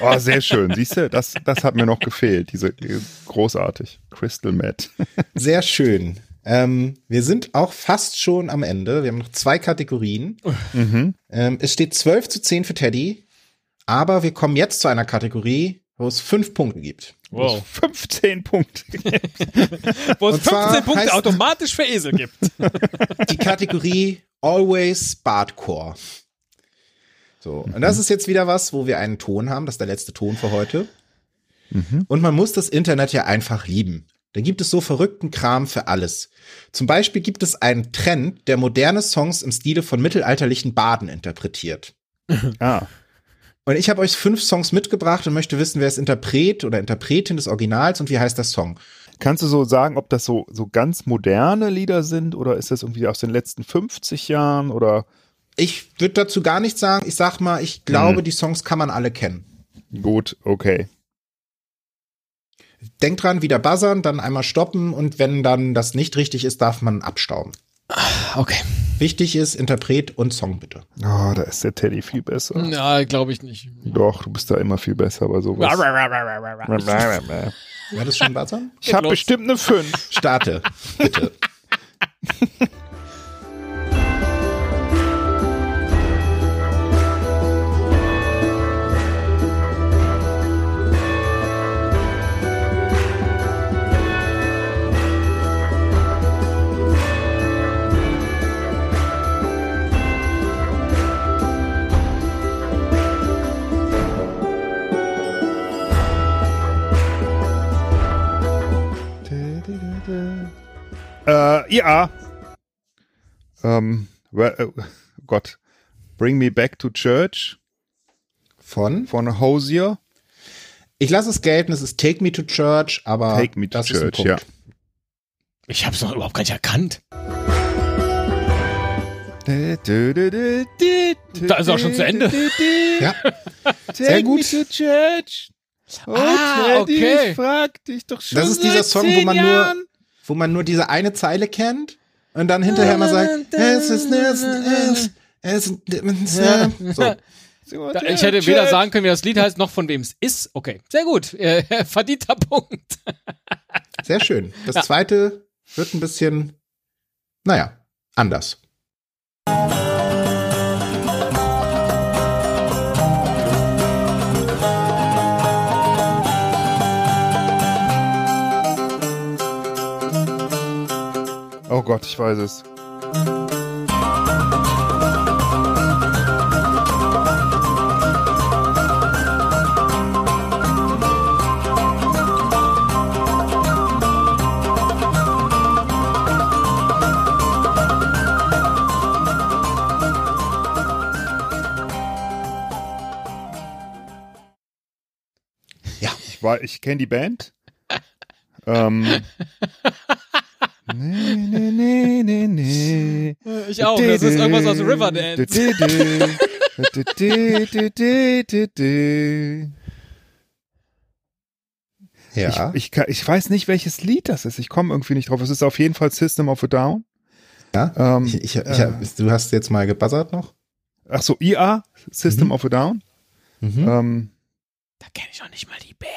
Oh, sehr schön. Siehst du, das, das hat mir noch gefehlt. Diese äh, großartig. Crystal Met. Sehr schön. Ähm, wir sind auch fast schon am Ende. Wir haben noch zwei Kategorien. Ähm, es steht 12 zu 10 für Teddy. Aber wir kommen jetzt zu einer Kategorie, wo es fünf Punkte gibt. [laughs] Wow. 15 Punkte. Wo es Und zwar 15 Punkte heißt- automatisch für Esel gibt. die Kategorie Always Bardcore. So, und das ist jetzt wieder was, wo wir einen Ton haben. Das ist der letzte Ton für heute. Und man muss das Internet ja einfach lieben. Da gibt es so verrückten Kram für alles. Zum Beispiel gibt es einen Trend, der moderne Songs im Stile von mittelalterlichen Baden interpretiert. Ah, Und ich habe euch fünf Songs mitgebracht und möchte wissen, wer ist Interpret oder Interpretin des Originals und wie heißt der Song. kannst du so sagen, ob das so, so ganz moderne Lieder sind oder ist das irgendwie aus den letzten 50 Jahren oder Ich würde dazu gar nichts sagen. Ich sag mal, ich glaube, hm. die Songs kann man alle kennen. Gut, okay. Denkt dran, wieder buzzern, dann einmal stoppen und wenn dann das nicht richtig ist, darf man abstauben. Okay. Wichtig ist Interpret und Song bitte. Oh, da ist der Teddy viel besser. Na, glaube ich nicht. Doch, du bist da immer viel besser bei sowas. War das schon buzzern? [laughs] Ich habe bestimmt eine 5. Starte, bitte. Äh, ja. Ähm, well, oh Gott. Bring Me Back to Church. Von? Von Hosier. Ich lasse es gelten, es ist Take Me to Church, aber Take Me to Ah, das Church, ja. Ich habe es noch überhaupt gar nicht erkannt. Da ist auch schon zu Ende. ja. Sehr gut. Take Me to Church. Oh, ah, Teddy, okay. ich frag dich doch schon Das ist dieser seit Song, wo man zehn nur Jahren. wo man nur diese eine Zeile kennt und dann hinterher mal sagt, es ist es ist es ist [laughs] so. Da, ich hätte weder sagen können, wie das Lied heißt, noch von wem es ist. Okay, sehr gut. [laughs] Äh, verdienter Punkt. Sehr schön. Das zweite wird ein bisschen, naja, anders. Oh Gott, ich weiß es. Ja. Ich, war- ich kenne die Band. ähm, Nee, nee, nee, nee, nee. Ich auch. Das ist irgendwas aus Riverdance. Riverdance. Ja. Ich, ich, kann- ich weiß nicht, welches Lied das ist. Ich komme irgendwie nicht drauf. Es ist auf jeden Fall System of a Down. ja? Ähm, Ich, ich, ich, du hast jetzt mal gebuzzert noch? Ach so, IA, System of a Down. Mhm. Ähm, Da kenne ich auch nicht mal die Band.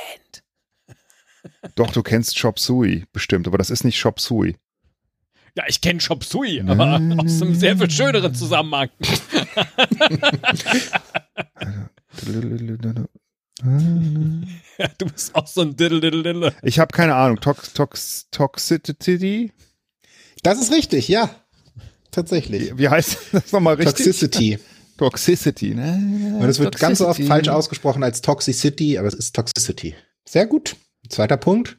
doch, du kennst Chop Suey bestimmt, aber das ist nicht Chop Suey. Ja, ich kenne Chop Suey, aber aus einem sehr viel schöneren Zusammenhang. [laughs] Du bist auch so ein Diddle Diddle Diddle. Ich habe keine Ahnung. Tox, Tox, Toxicity? Das ist richtig, ja. Tatsächlich. Wie wie heißt [laughs] das nochmal richtig? Toxicity. Toxicity, ne? Und es wird ganz so oft Toxicity. falsch ausgesprochen als Toxicity, aber es ist Toxicity. Sehr gut. Zweiter Punkt.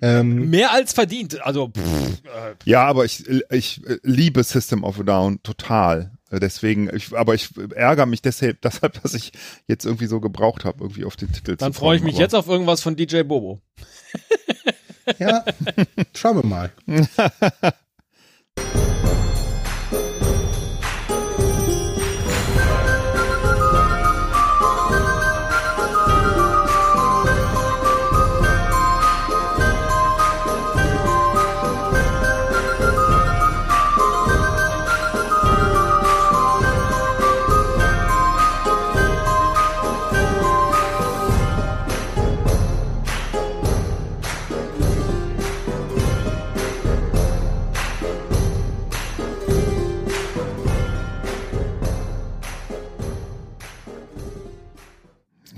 Ähm, Mehr als verdient. Also, pff, äh, Ja, aber ich, ich äh, liebe System of a Down total. Äh, Deswegen, ich, aber ich ärgere mich deshalb, [laughs] deshalb, dass ich jetzt irgendwie so gebraucht habe, irgendwie auf den Titel dann zu freue ich kommen, mich aber- jetzt auf irgendwas von DJ Bobo. [laughs] ja, schauen wir mal.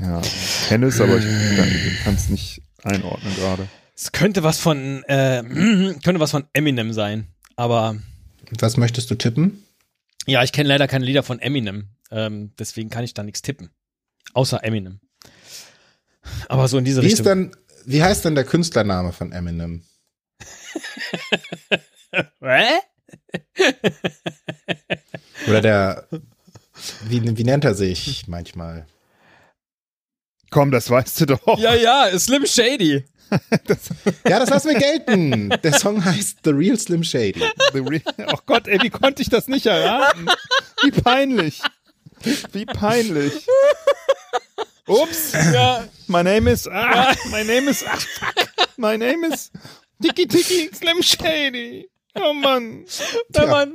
Ja, ich kenne es, aber ich kann es nicht einordnen gerade. Es könnte was von, äh, [clears throat] könnte was von Eminem sein. Aber Was möchtest du tippen? ja, ich kenne leider keine Lieder von Eminem. Ähm, deswegen kann ich da nichts tippen. Außer Eminem. Aber so in diese Wie, ist Richtung. denn, wie heißt denn der Künstlername von Eminem? Hä? Oder der, wie, wie nennt er sich manchmal? Komm, das weißt du doch. Ja, ja, Slim Shady. Ja, das lassen wir gelten. Der Song heißt The Real Slim Shady. The Re- Oh Gott, ey, wie konnte ich das nicht erraten? Wie peinlich. Wie peinlich. Ups. Ja. My name is. Ah, My name is. Ah, my name is. Tiki Tiki Slim Shady. Oh Mann. Wenn man,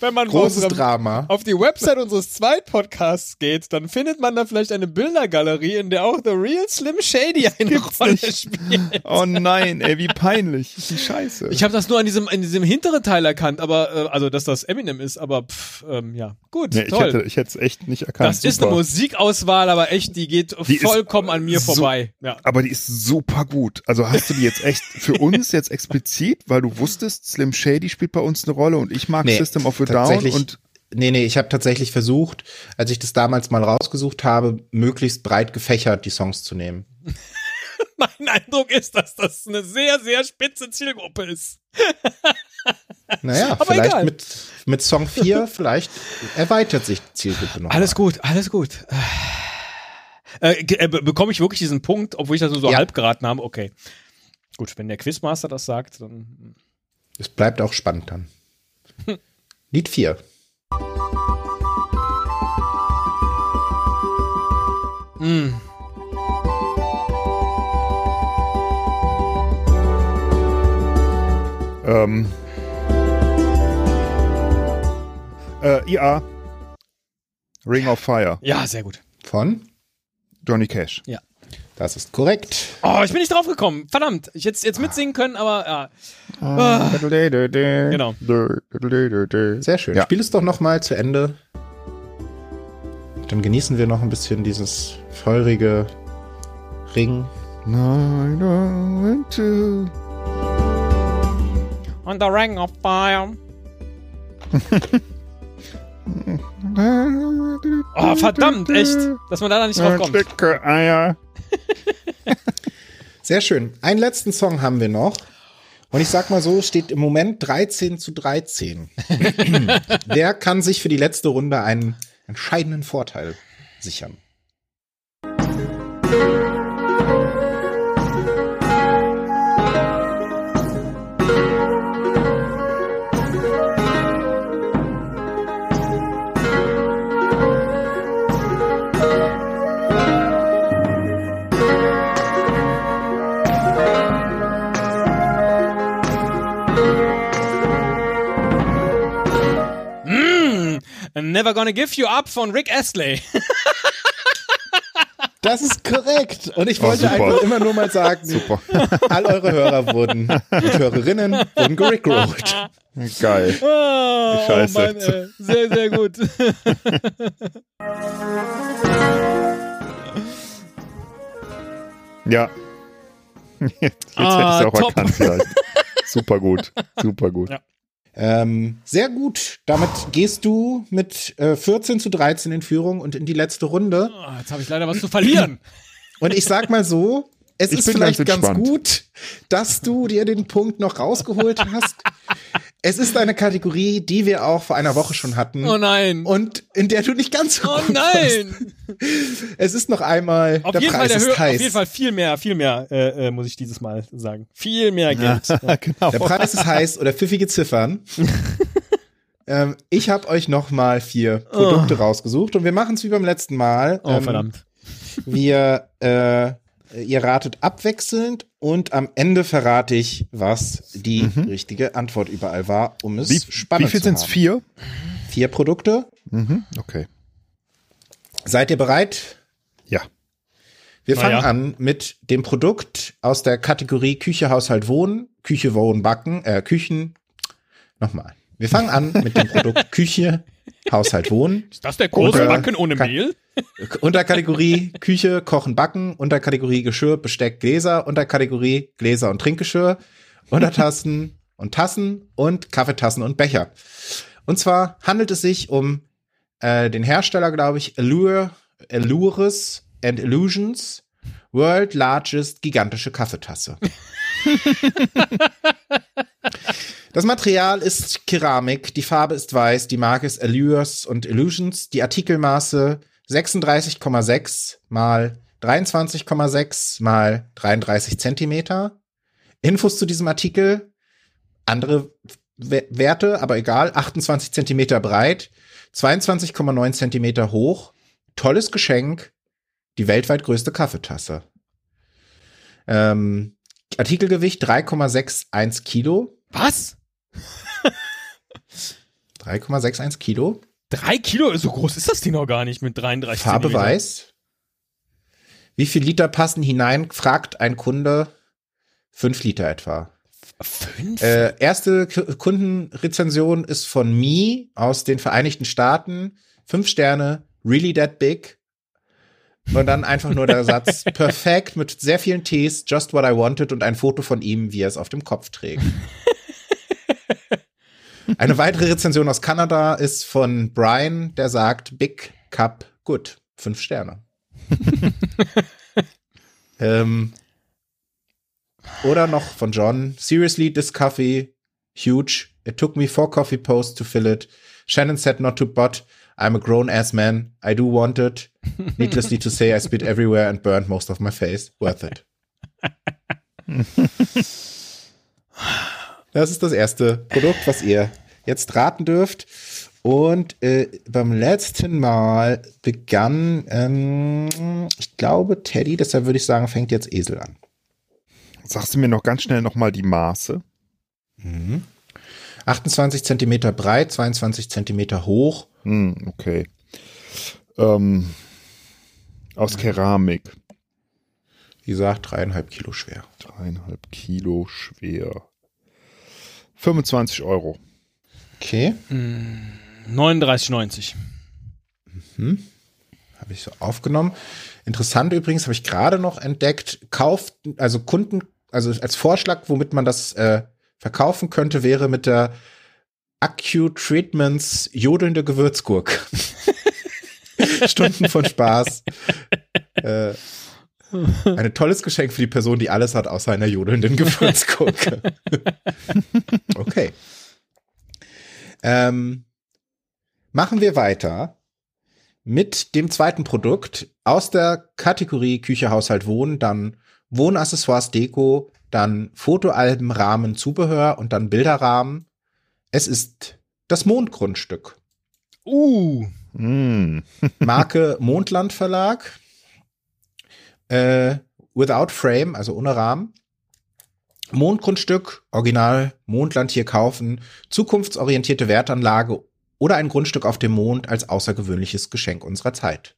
wenn man Großes Drama. auf die Website unseres Zweitpodcasts geht, dann findet man da vielleicht eine Bildergalerie, in der auch The Real Slim Shady eine Gibt's Rolle nicht. spielt. Oh nein, ey, wie peinlich. Wie scheiße. Ich habe das nur an diesem, an diesem hinteren Teil erkannt, aber äh, also dass das Eminem ist, aber pff, ähm, ja, gut, nee, ich toll. hätte ich hätte es echt nicht erkannt. das ist eine Musikauswahl, aber echt, die geht Die ist vollkommen an mir so- vorbei. Ja. Aber die ist super gut. Also hast du die jetzt echt [laughs] für uns jetzt explizit, weil du wusstest, Slim Shady spielt bei uns eine Rolle und ich mag Nee, System of a Down tatsächlich- und Nee, nee, ich habe tatsächlich versucht, als ich das damals mal rausgesucht habe, möglichst breit gefächert die Songs [laughs] zu nehmen. Mein Eindruck ist, dass das eine sehr, sehr spitze Zielgruppe ist. Naja, Aber vielleicht egal. Mit, mit Song [laughs] 4, vielleicht erweitert sich die Zielgruppe noch. Alles mal. gut, alles gut. Äh, ge- äh, be- bekomme ich wirklich diesen Punkt, obwohl ich das nur so Ja. halb geraten habe? Okay. Gut, wenn der Quizmaster das sagt, dann. Es bleibt auch [laughs] spannend dann. Lied 4. ähm, äh, IA Ring of Fire Ja, sehr gut. Von? Johnny Cash. Das ist korrekt. Oh, ich bin nicht drauf gekommen. Verdammt. Ich hätte es jetzt mitsingen können, aber ja. Genau. Sehr schön. Ja. Spiel es doch noch mal zu Ende. Dann genießen wir noch ein bisschen dieses feurige Ring. On the Ring of Fire. Oh, verdammt, echt. Dass man da nicht drauf Ein kommt. Stück Eier. Sehr schön. Einen letzten Song haben wir noch. Und ich sag mal so, steht im Moment 13 zu 13. Der kann sich für die letzte Runde einen entscheidenden Vorteil sichern. Never Gonna Give You Up von Rick Astley. Das ist korrekt. Und ich wollte super. einfach immer nur mal sagen, Super. [laughs] all eure Hörer wurden und Hörerinnen wurden gerickrollt. Geil. Oh, Scheiße. Mann, ey. Sehr, sehr gut. Ja. [laughs] Jetzt, jetzt Ah, hätte ich es auch top. [laughs] erkannt vielleicht. Super gut. Super gut. Ja. Ähm, sehr gut. Damit gehst du mit äh, 14 zu 13 in Führung und in die letzte Runde. Oh, jetzt habe ich leider was zu verlieren. Und ich sag mal so, es Ich ist bin vielleicht ganz ganz, entspannt. gut, dass du dir den Punkt noch rausgeholt hast. es ist eine Kategorie, die wir auch vor einer Woche schon hatten. Oh nein. und in der du nicht ganz so Oh gut warst. nein. Es ist noch einmal Auf der jeden, Fall Preis der ist Hö- heiß. auf jeden Fall viel mehr, viel mehr, äh, äh, muss ich dieses Mal sagen. Viel mehr Geld. [laughs] Ja. genau. Der Preis ist heiß oder pfiffige [laughs] Ziffern. ähm, ich habe euch noch mal vier Produkte rausgesucht und wir machen es wie beim letzten Mal. Oh, Ähm, verdammt. Wir, äh, ihr ratet abwechselnd und am Ende verrate ich, was die richtige Antwort überall war, um es Mhm. Wie, wie spannend viel zu sind es? machen. Vier? Vier Produkte. Mhm. Okay. Seid ihr bereit? Ja. Wir fangen ja. an mit dem Produkt aus der Kategorie Küche, Haushalt, Wohnen, Küche, Wohnen, Backen, äh, Küchen. Nochmal. Wir fangen an mit dem Produkt Küche, Haushalt, Wohnen. Ist das der große Oder- Backen ohne Ka- Mehl? Unterkategorie Küche, Kochen, Backen, Unterkategorie Geschirr, Besteck, Gläser, Unterkategorie Gläser und Trinkgeschirr, Untertassen und Tassen und Kaffeetassen und Becher. Und zwar handelt es sich um äh, den Hersteller, glaube ich, Allure, Allures and Illusions, World Largest gigantische Kaffeetasse. Das Material ist Keramik, die Farbe ist weiß, die Marke ist Allures und Illusions, die Artikelmaße 36,6 mal 23,6 mal 33 Zentimeter. Infos zu diesem Artikel. Andere Werte, aber egal, 28 Zentimeter breit, 22,9 Zentimeter hoch, tolles Geschenk, die weltweit größte Kaffeetasse. Ähm, Artikelgewicht 3,61 Kilo. Was? 3,61 Kilo. Drei Kilo? So groß ist das Ding noch gar nicht mit 33 Farbe Zentimeter. weiß. Wie viel Liter passen hinein? Fragt ein Kunde. Fünf Liter etwa. Fünf? Äh, erste K Kundenrezension ist von Mi aus den Vereinigten Staaten. Fünf Sterne. Really that big. Und dann einfach nur der Satz, perfekt, mit sehr vielen Tees, just what I wanted und ein Foto von ihm, wie er es auf dem Kopf trägt. Eine weitere Rezension aus Kanada ist von Brian, der sagt, Big Cup, gut, fünf Sterne. ähm, oder noch von John, seriously, this coffee, huge, it took me four coffee posts to fill it. Shannon said not to bot, I'm a grown ass man. I do want it. Needlessly to say, I spit everywhere and burned most of my face. Worth it. Das ist das erste Produkt, was ihr jetzt raten dürft. Und äh, beim letzten Mal begann, ähm, ich glaube, Teddy, deshalb würde ich sagen, fängt jetzt Esel an. Sagst du mir noch ganz schnell nochmal die Maße? Mhm. 28 Zentimeter breit, 22 Zentimeter hoch, hm, okay. Ähm, aus Keramik. Wie gesagt, dreieinhalb Kilo schwer. Dreieinhalb Kilo schwer. 25 Euro. Okay. 39,90. Mhm. Habe ich so aufgenommen. Interessant übrigens, habe ich gerade noch entdeckt, kauft, also Kunden, also als Vorschlag, womit man das äh, verkaufen könnte, wäre mit der Accu Treatments jodelnde Gewürzgurke. [laughs] Stunden von Spaß. äh, ein tolles Geschenk für die Person, die alles hat, außer einer jodelnden Gewürzgurke. okay. Ähm, machen wir weiter mit dem zweiten Produkt aus der Kategorie Küche, Haushalt, Wohnen, dann Wohnaccessoires, Deko, dann Fotoalben, Rahmen, Zubehör und dann Bilderrahmen. Es ist das Mondgrundstück. Uh. Mm. [laughs] Marke Mondland Verlag. Äh, without Frame, also ohne Rahmen. Mondgrundstück, Original Mondland hier kaufen, zukunftsorientierte Wertanlage oder ein Grundstück auf dem Mond als außergewöhnliches Geschenk unserer Zeit.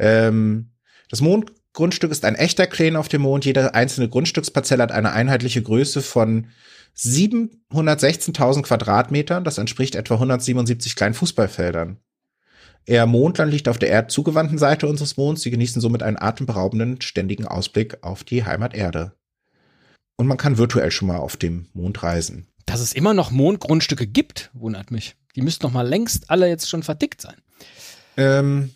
Ähm, das Mondgrundstück ist ein echter Claim auf dem Mond. Jede einzelne Grundstücksparzelle hat eine einheitliche Größe von 716.000 Quadratmetern, das entspricht etwa 177 kleinen Fußballfeldern. Ihr Mondland liegt auf der erdzugewandten Seite unseres Monds. Sie genießen somit einen atemberaubenden, ständigen Ausblick auf die Heimat Erde. Und man kann virtuell schon mal auf dem Mond reisen. Dass es immer noch Mondgrundstücke gibt, wundert mich. Die müssten noch mal längst alle jetzt schon verdickt sein. Ähm,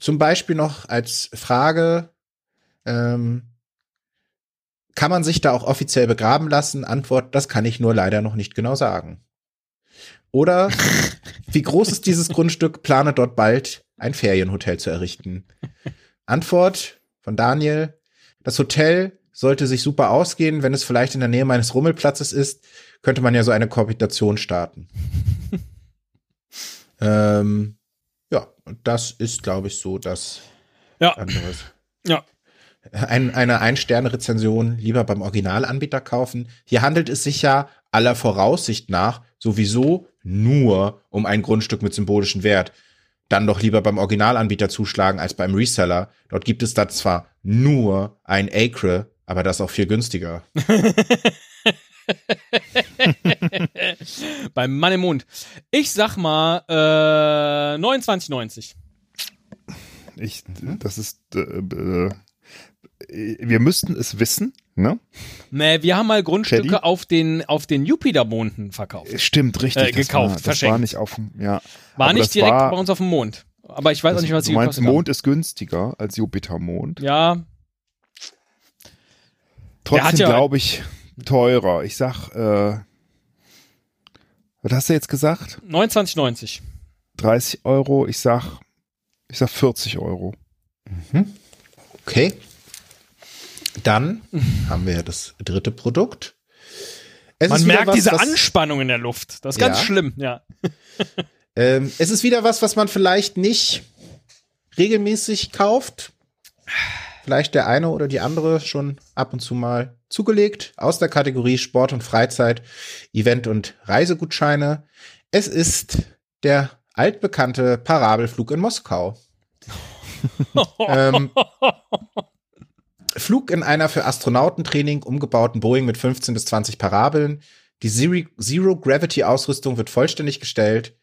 zum Beispiel noch als Frage, ähm, kann man sich da auch offiziell begraben lassen? Antwort, das kann ich nur leider noch nicht genau sagen. Oder wie groß ist dieses Grundstück? Plane dort bald ein Ferienhotel zu errichten. Antwort von Daniel, das Hotel sollte sich super ausgehen, wenn es vielleicht in der Nähe meines Rummelplatzes ist, könnte man ja so eine Kohabitation starten. ähm, ja, und das ist, glaube ich, so das Ja. andere. Ja. Ein, eine Ein-Sterne-Rezension lieber beim Originalanbieter kaufen. Hier handelt es sich ja aller Voraussicht nach sowieso nur um ein Grundstück mit symbolischem Wert. Dann doch lieber beim Originalanbieter zuschlagen als beim Reseller. Dort gibt es da zwar nur ein Acre, aber das auch viel günstiger. Beim Mann im Mond. Ich sag mal äh, 29,90. Ich, das ist, äh, äh, wir müssten es wissen, ne? Nee, wir haben mal Grundstücke Teddy? auf den, auf den Jupitermonden verkauft. Stimmt, richtig. Äh, das gekauft, war, das verschenkt. war nicht auf dem, ja. War Aber das nicht direkt war- bei uns auf dem Mond. Aber ich weiß auch das- nicht, was Du die meinst, gekostet Mond ist günstiger als Jupitermond. haben. Ja, Der hat Trotzdem ja- glaube ich teurer. Ich sag, äh, was hast du jetzt gesagt? 29,90. 30 Euro. Ich sag, ich sag 40 Euro. Okay. Dann haben wir das dritte Produkt. Es Man merkt was, diese was, Anspannung in der Luft. Das ist ganz ja. schlimm, ja. Ähm, es ist wieder was, was man vielleicht nicht regelmäßig kauft. Vielleicht der eine oder die andere schon ab und zu mal zugelegt aus der Kategorie Sport und Freizeit, Event und Reisegutscheine. Es ist der altbekannte Parabelflug in Moskau. ähm, Flug in einer für Astronautentraining umgebauten Boeing mit 15 bis 20 Parabeln. Die Zero-Gravity-Ausrüstung wird vollständig gestellt.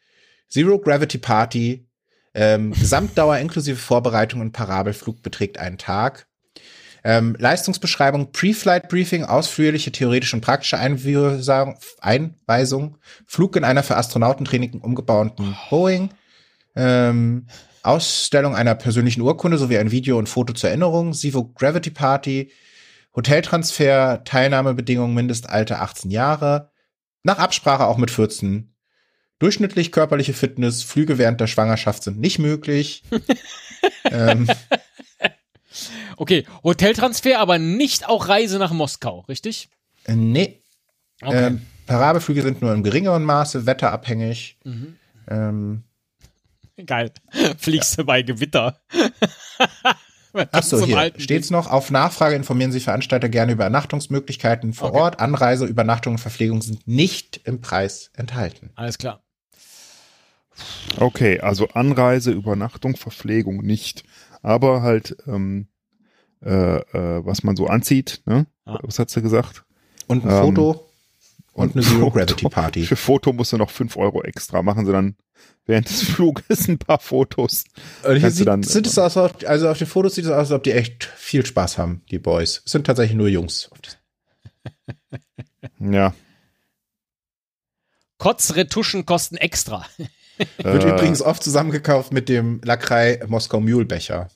Zero-Gravity-Party. Ähm, Gesamtdauer [laughs] inklusive Vorbereitung und Parabelflug beträgt einen Tag. Ähm, Leistungsbeschreibung, Pre-Flight Briefing, ausführliche theoretische und praktische Einweisung, Flug in einer für Astronautentraining umgebauten Boeing, ähm, Ausstellung einer persönlichen Urkunde sowie ein Video und Foto zur Erinnerung, Sivo Gravity Party, Hoteltransfer, Teilnahmebedingungen, Mindestalter 18 Jahre, nach Absprache auch mit 14. Durchschnittlich körperliche Fitness, Flüge während der Schwangerschaft sind nicht [laughs] möglich. ähm, Okay, Hoteltransfer, aber nicht auch Reise nach Moskau, richtig? Nee. Okay. Ähm, Parabelflüge sind nur im geringeren Maße wetterabhängig. Mhm. Ähm, [laughs] Geil. Fliegst du ja. bei Gewitter. [laughs] Achso, hier steht's noch. Auf Nachfrage informieren Sie Veranstalter gerne über Ernachtungsmöglichkeiten vor okay. Ort. Anreise, Übernachtung und Verpflegung sind nicht im Preis enthalten. Alles klar. Okay, also Anreise, Übernachtung, Verpflegung nicht. Aber halt ähm, äh, äh, was man so anzieht. Ne? Ah. Was hat sie gesagt? Und ein ähm, Foto und eine [laughs] Zero-Gravity-Party. Für Foto musst du noch 5 Euro extra. Machen sie dann während des [laughs] Fluges ein paar Fotos. Hier sieht, dann, sieht es aus, also auf den Fotos sieht es aus, als ob die echt viel Spaß haben, die Boys. Es sind tatsächlich nur Jungs. ja. Kotzretuschen kosten extra. Wird äh, übrigens oft zusammengekauft mit dem Lakrei Moskau Mühlbecher.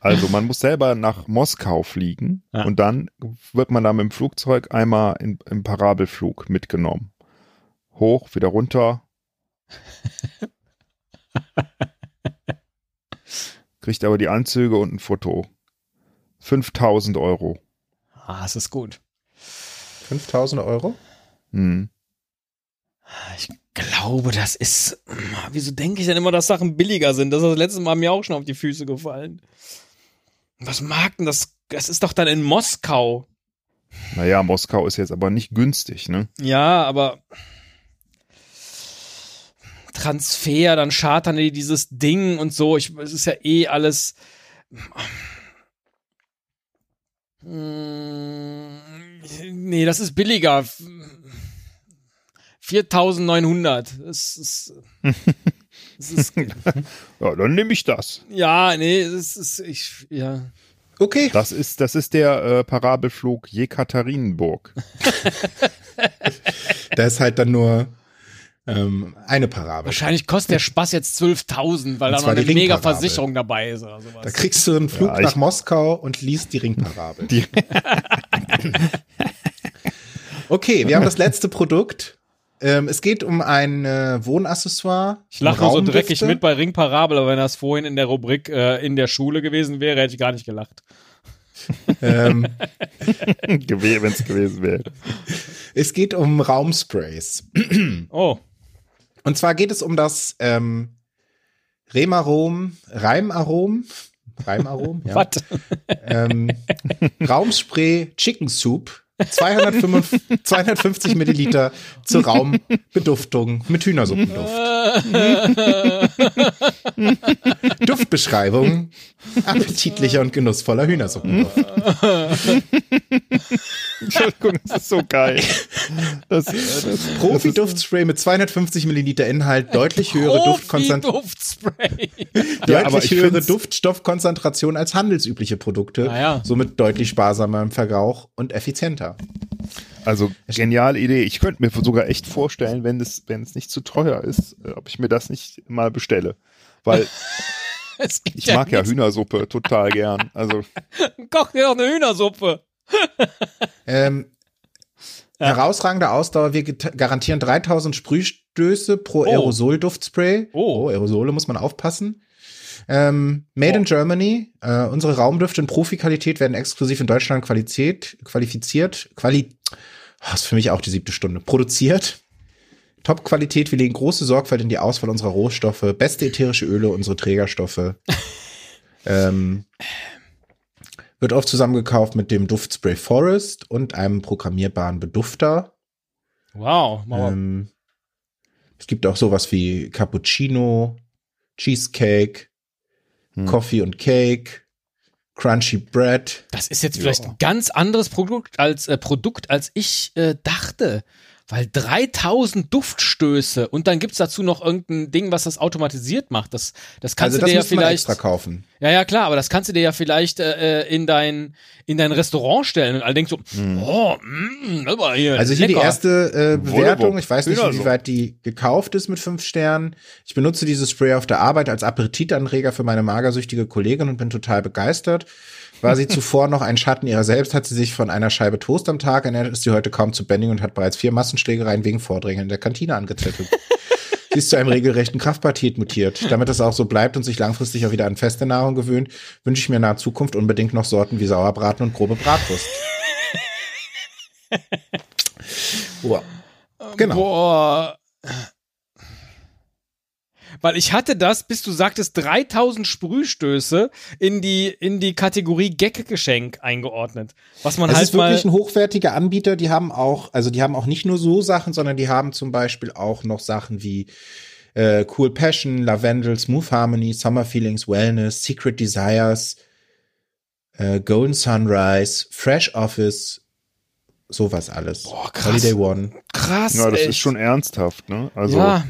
also man muss selber nach Moskau fliegen ja. und dann wird man da mit dem Flugzeug einmal in, im Parabelflug mitgenommen. Hoch, wieder runter. Kriegt aber die Anzüge und ein Foto. 5000 Euro. Ah, es ist gut. 5000 Euro? Hm. Ah, Ich glaube, das ist. Wieso denke ich denn immer, dass Sachen billiger sind? Das ist das letzte Mal mir auch schon auf die Füße gefallen. Was mag denn das? Das ist doch dann in Moskau. Naja, Moskau ist jetzt aber nicht günstig, ne? Ja, aber. Transfer, dann chartern die dieses Ding und so. Ich, es ist ja eh alles. hm, Nee, das ist billiger. 4900. Das ist. Das ist ja, dann nehme ich das. Ja, nee, das ist. Ich, ja. Okay. Das ist, das ist der äh, Parabelflug Jekaterinburg. [laughs] da ist halt dann nur ähm, eine Parabel. Wahrscheinlich kostet der Spaß jetzt 12.000, weil da noch eine mega Versicherung dabei ist oder sowas. Da kriegst du einen Flug ja, nach Moskau und liest die Ringparabel. Die [laughs] okay, wir haben das letzte Produkt. Ähm, es geht um ein äh, Wohnaccessoire. Ich lache nur so dreckig mit bei Ringparabel, aber wenn das vorhin in der Rubrik äh, in der Schule gewesen wäre, hätte ich gar nicht gelacht. ähm, wenn es gewesen [laughs] wäre. Es geht um Raumsprays. oh. Und zwar geht es um das ähm, Remarom, Reimarom, [laughs] Reimarom, ja. Was? Ähm, Raumspray Chicken Soup [laughs] 255, 250 Milliliter zur Raumbeduftung mit [laughs] Hühnersuppenduft. [laughs] Duftbeschreibung: appetitlicher und genussvoller Hühnersuppenduft. Entschuldigung, das ist so geil. Das, das, das Profi-Duftspray mit 250 Milliliter Inhalt, deutlich Oh, höhere Duftkonzentration. [laughs] ja, deutlich höhere Duftstoffkonzentration als handelsübliche Produkte. Ah, ja. Somit deutlich sparsamer im Verbrauch und effizienter. Also geniale Idee. Ich könnte mir sogar echt vorstellen, wenn es wenn es nicht zu teuer ist, äh, ob ich mir das nicht mal bestelle, weil ich ja mag nichts. ja Hühnersuppe total gern. Also koch dir doch eine Hühnersuppe. ähm, ja. Herausragende Ausdauer. Wir garantieren 3000 Sprühstöße pro oh. Aerosol-Duftspray. Oh. oh, Aerosole muss man aufpassen. Ähm, Made oh. in Germany. Äh, unsere Raumdüfte in Profikalität werden exklusiv in Deutschland Qualität, qualifiziert. Quali oh, ist für mich auch die siebte Stunde. Produziert. Top-Qualität. Wir legen große Sorgfalt in die Auswahl unserer Rohstoffe. Beste ätherische Öle, unsere Trägerstoffe. ähm, wird oft zusammengekauft mit dem Duftspray Forest und einem programmierbaren Bedufter. Wow. Ähm, es gibt auch sowas wie Cappuccino, Cheesecake, hm. Coffee und Cake, Crunchy Bread. Das ist jetzt vielleicht ja. ein ganz anderes Produkt als äh, Produkt, als ich äh, dachte. Weil 3000 Duftstöße und dann gibt's dazu noch irgendein Ding, was das automatisiert macht. Das, das kannst also das du dir ja vielleicht. extra kaufen. Ja, ja, klar, aber das kannst du dir ja vielleicht äh, in, dein, in dein Restaurant stellen und alle denken so, mm. hm. oh, mm, aber hier. Hm. Also hier lecker. die erste äh, Bewertung, ich weiß nicht, wie weit die gekauft ist mit fünf Sternen. Ich benutze dieses Spray auf der Arbeit als Appetitanreger für meine magersüchtige Kollegin und bin total begeistert. War sie zuvor noch ein Schatten ihrer selbst, hat sie sich von einer Scheibe Toast am Tag ernährt, ist sie heute kaum zu bändigen und hat bereits vier Massenschlägereien wegen Vordrängen in der Kantine angezettelt. sie ist zu einem regelrechten Kraftpaket mutiert. Damit das auch so bleibt und sich langfristig auch wieder an feste Nahrung gewöhnt, wünsche ich mir in naher Zukunft unbedingt noch Sorten wie Sauerbraten und grobe Bratwurst. Boah. Genau. Boah. Weil ich hatte das, bis du sagtest, 3000 Sprühstöße in die, in die Kategorie Gag-Geschenk eingeordnet. Was man es halt ist wirklich ein hochwertiger Anbieter, die haben auch, also die haben auch nicht nur so Sachen, sondern die haben zum Beispiel auch noch Sachen wie äh, Cool Passion, Lavendel, Smooth Harmony, Summer Feelings, Wellness, Secret Desires, äh, Golden Sunrise, Fresh Office, sowas alles. Boah, krass. Holiday One. Krass. Ja, das echt. ist schon ernsthaft, ne? Also. Ja.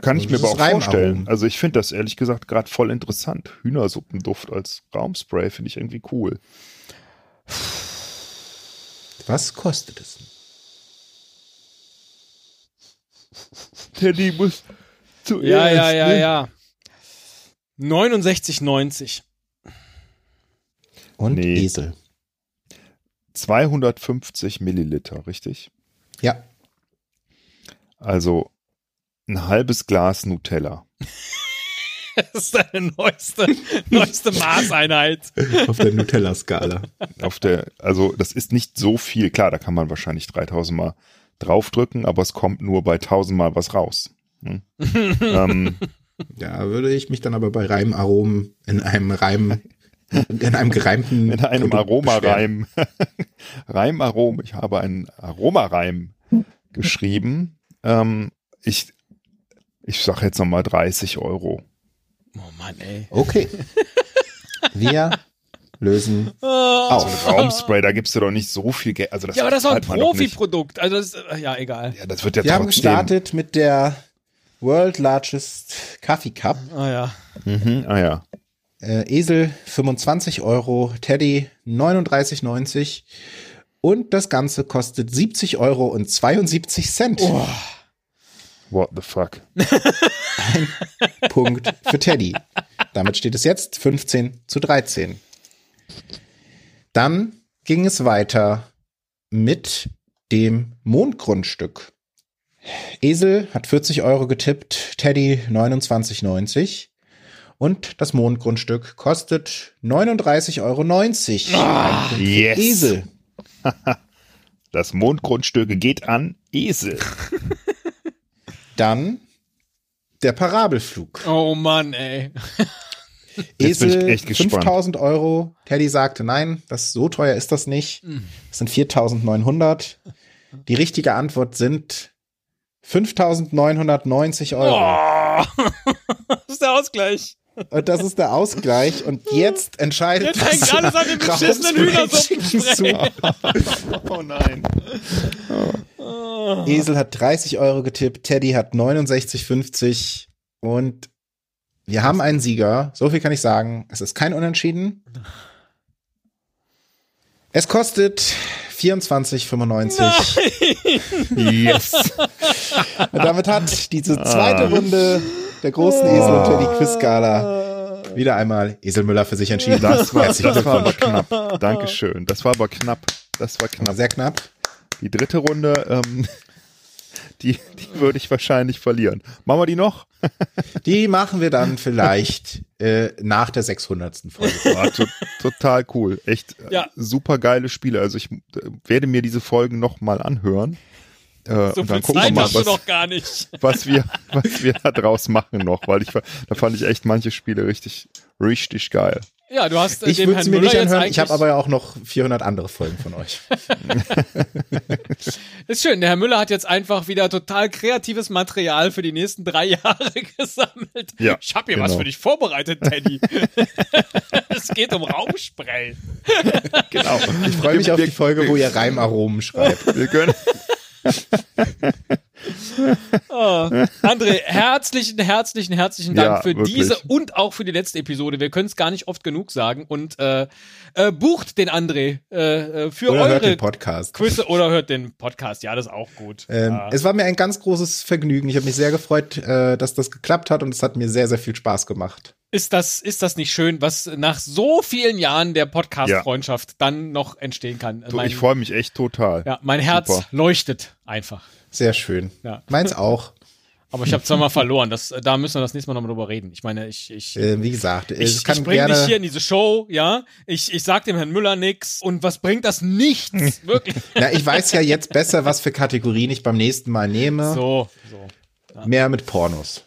Kann ich mir aber auch vorstellen. Augen. Also ich finde das ehrlich gesagt gerade voll interessant. Hühnersuppenduft als Raumspray finde ich irgendwie cool. Was kostet es? Teddy muss zuerst. ne? Ja, ja, ja, ja. 69,90. Und nee. Esel. 250 Milliliter, richtig? Ja. Also ein halbes Glas Nutella. [laughs] Das ist deine [laughs] neueste, neueste Maßeinheit. [laughs] Auf der Nutella-Skala. Auf der, also das ist nicht so viel. Klar, da kann man wahrscheinlich 3000 Mal draufdrücken, aber es kommt nur bei 1000 Mal was raus. [laughs] Hm? ähm, ja, würde ich mich dann aber bei Reimaromen in einem Reim, in einem gereimten. In einem Produkt Aromareim. [laughs] Reimarom. Ich habe einen Aromareim geschrieben. Ähm, ich, ich sag jetzt nochmal 30 Euro. Oh Mann, ey. Okay. Wir lösen auf. Also So Raumspray, da gibst du doch nicht so viel Geld. Also das ja, aber das war ein Profi-Produkt. Also das, ja, egal. Ja, das wird ja Wir trotzdem. haben gestartet mit der World Largest Coffee Cup. Ah ja. Mhm, ah ja. Äh, Esel 25 Euro, Teddy 39,90 und das Ganze kostet 70 Euro und 72 Cent. Oh. What the fuck? Ein Punkt für Teddy. Damit steht es jetzt 15 zu 13. Dann ging es weiter mit dem Mondgrundstück. Esel hat 40 Euro getippt, Teddy 29,90. Und das Mondgrundstück kostet 39,90 Euro. Oh, yes. Esel. Das Mondgrundstück geht an [laughs] Esel. Dann der Parabelflug. Oh Mann, ey. Esel, 5000 Euro. Teddy sagte, nein, das, so teuer ist das nicht. Hm. Das sind 4900. Die richtige Antwort sind 5990 Also. Euro. Oh, [laughs] das ist der Ausgleich. Und das ist der Ausgleich. Und jetzt entscheidet jetzt das. alles an dem beschissenen Hühnersuppenspray. oh nein. Oh. Esel hat 30 Euro getippt, Teddy hat 69,50 und wir haben einen Sieger. So viel kann ich sagen. Es ist kein Unentschieden. Es kostet 24,95. Yes. Und damit hat diese Ah. zweite Runde der großen Esel und Teddy Quizskala wieder einmal Esel Müller für sich entschieden. Das war, das war aber knapp. Dankeschön. Das war aber knapp. Das war knapp. Sehr knapp. Die [laughs] dritte Runde, ähm, die, die würde ich wahrscheinlich verlieren. Machen wir die noch? Die machen wir dann vielleicht äh, nach der 600. Folge. [laughs] Boah, to total cool. Echt Ja. super geile Spiele. Also ich äh, werde mir diese Folgen nochmal anhören. Äh, So und viel dann gucken wir Zeit mal, hast du was, doch gar nicht. was, wir, [laughs] was wir da draus machen noch. Weil ich, war- da fand ich echt manche Spiele richtig, richtig geil. [laughs] Ja, du hast äh, Ich dem würde es Herrn mir Müller nicht jetzt anhören. eigentlich. Ich habe aber ja auch noch 400 andere Folgen [laughs] von euch. ist schön, der Herr Müller hat jetzt einfach wieder total kreatives Material für die nächsten drei [laughs] Jahre gesammelt. Ja, ich habe hier was genau. für dich vorbereitet, Teddy. [laughs] es geht um [laughs] Raumspray. Genau. Ich freue mich auf die Folge, wo ihr Reimaromen schreibt. [laughs] Wir können, Oh. André, herzlichen, herzlichen, herzlichen Dank Ja, für wirklich. diese und auch für die letzte Episode. Wir können es gar nicht oft genug sagen. Und äh, äh, bucht den André äh, äh, für Oder hört den eure Podcast. Quizze oder hört den Podcast. Ja, das ist auch gut. Ähm, ja. Es war mir ein ganz großes Vergnügen. Ich habe mich sehr gefreut, äh, dass das geklappt hat und es hat mir sehr, sehr viel Spaß gemacht. Ist das, ist das nicht schön, was nach so vielen Jahren der Podcast-Freundschaft dann noch entstehen kann? du, mein, ich freue mich echt total. ja, mein Herz Super. leuchtet einfach. Sehr schön. Ja. [laughs] Meins auch. Aber ich habe zweimal verloren. Das, äh, da müssen wir das nächste Mal nochmal drüber reden. Ich meine, ich, ich, Äh, wie gesagt, Ich, es kann ich bringe gerne. dich hier in diese Show, ja. Ich, ich sag dem Herrn Müller nix. Und was bringt das? Nichts. Wirklich. Na, ich weiß ja jetzt besser, was für Kategorien ich beim nächsten Mal nehme. So, so. Mehr mit Pornos.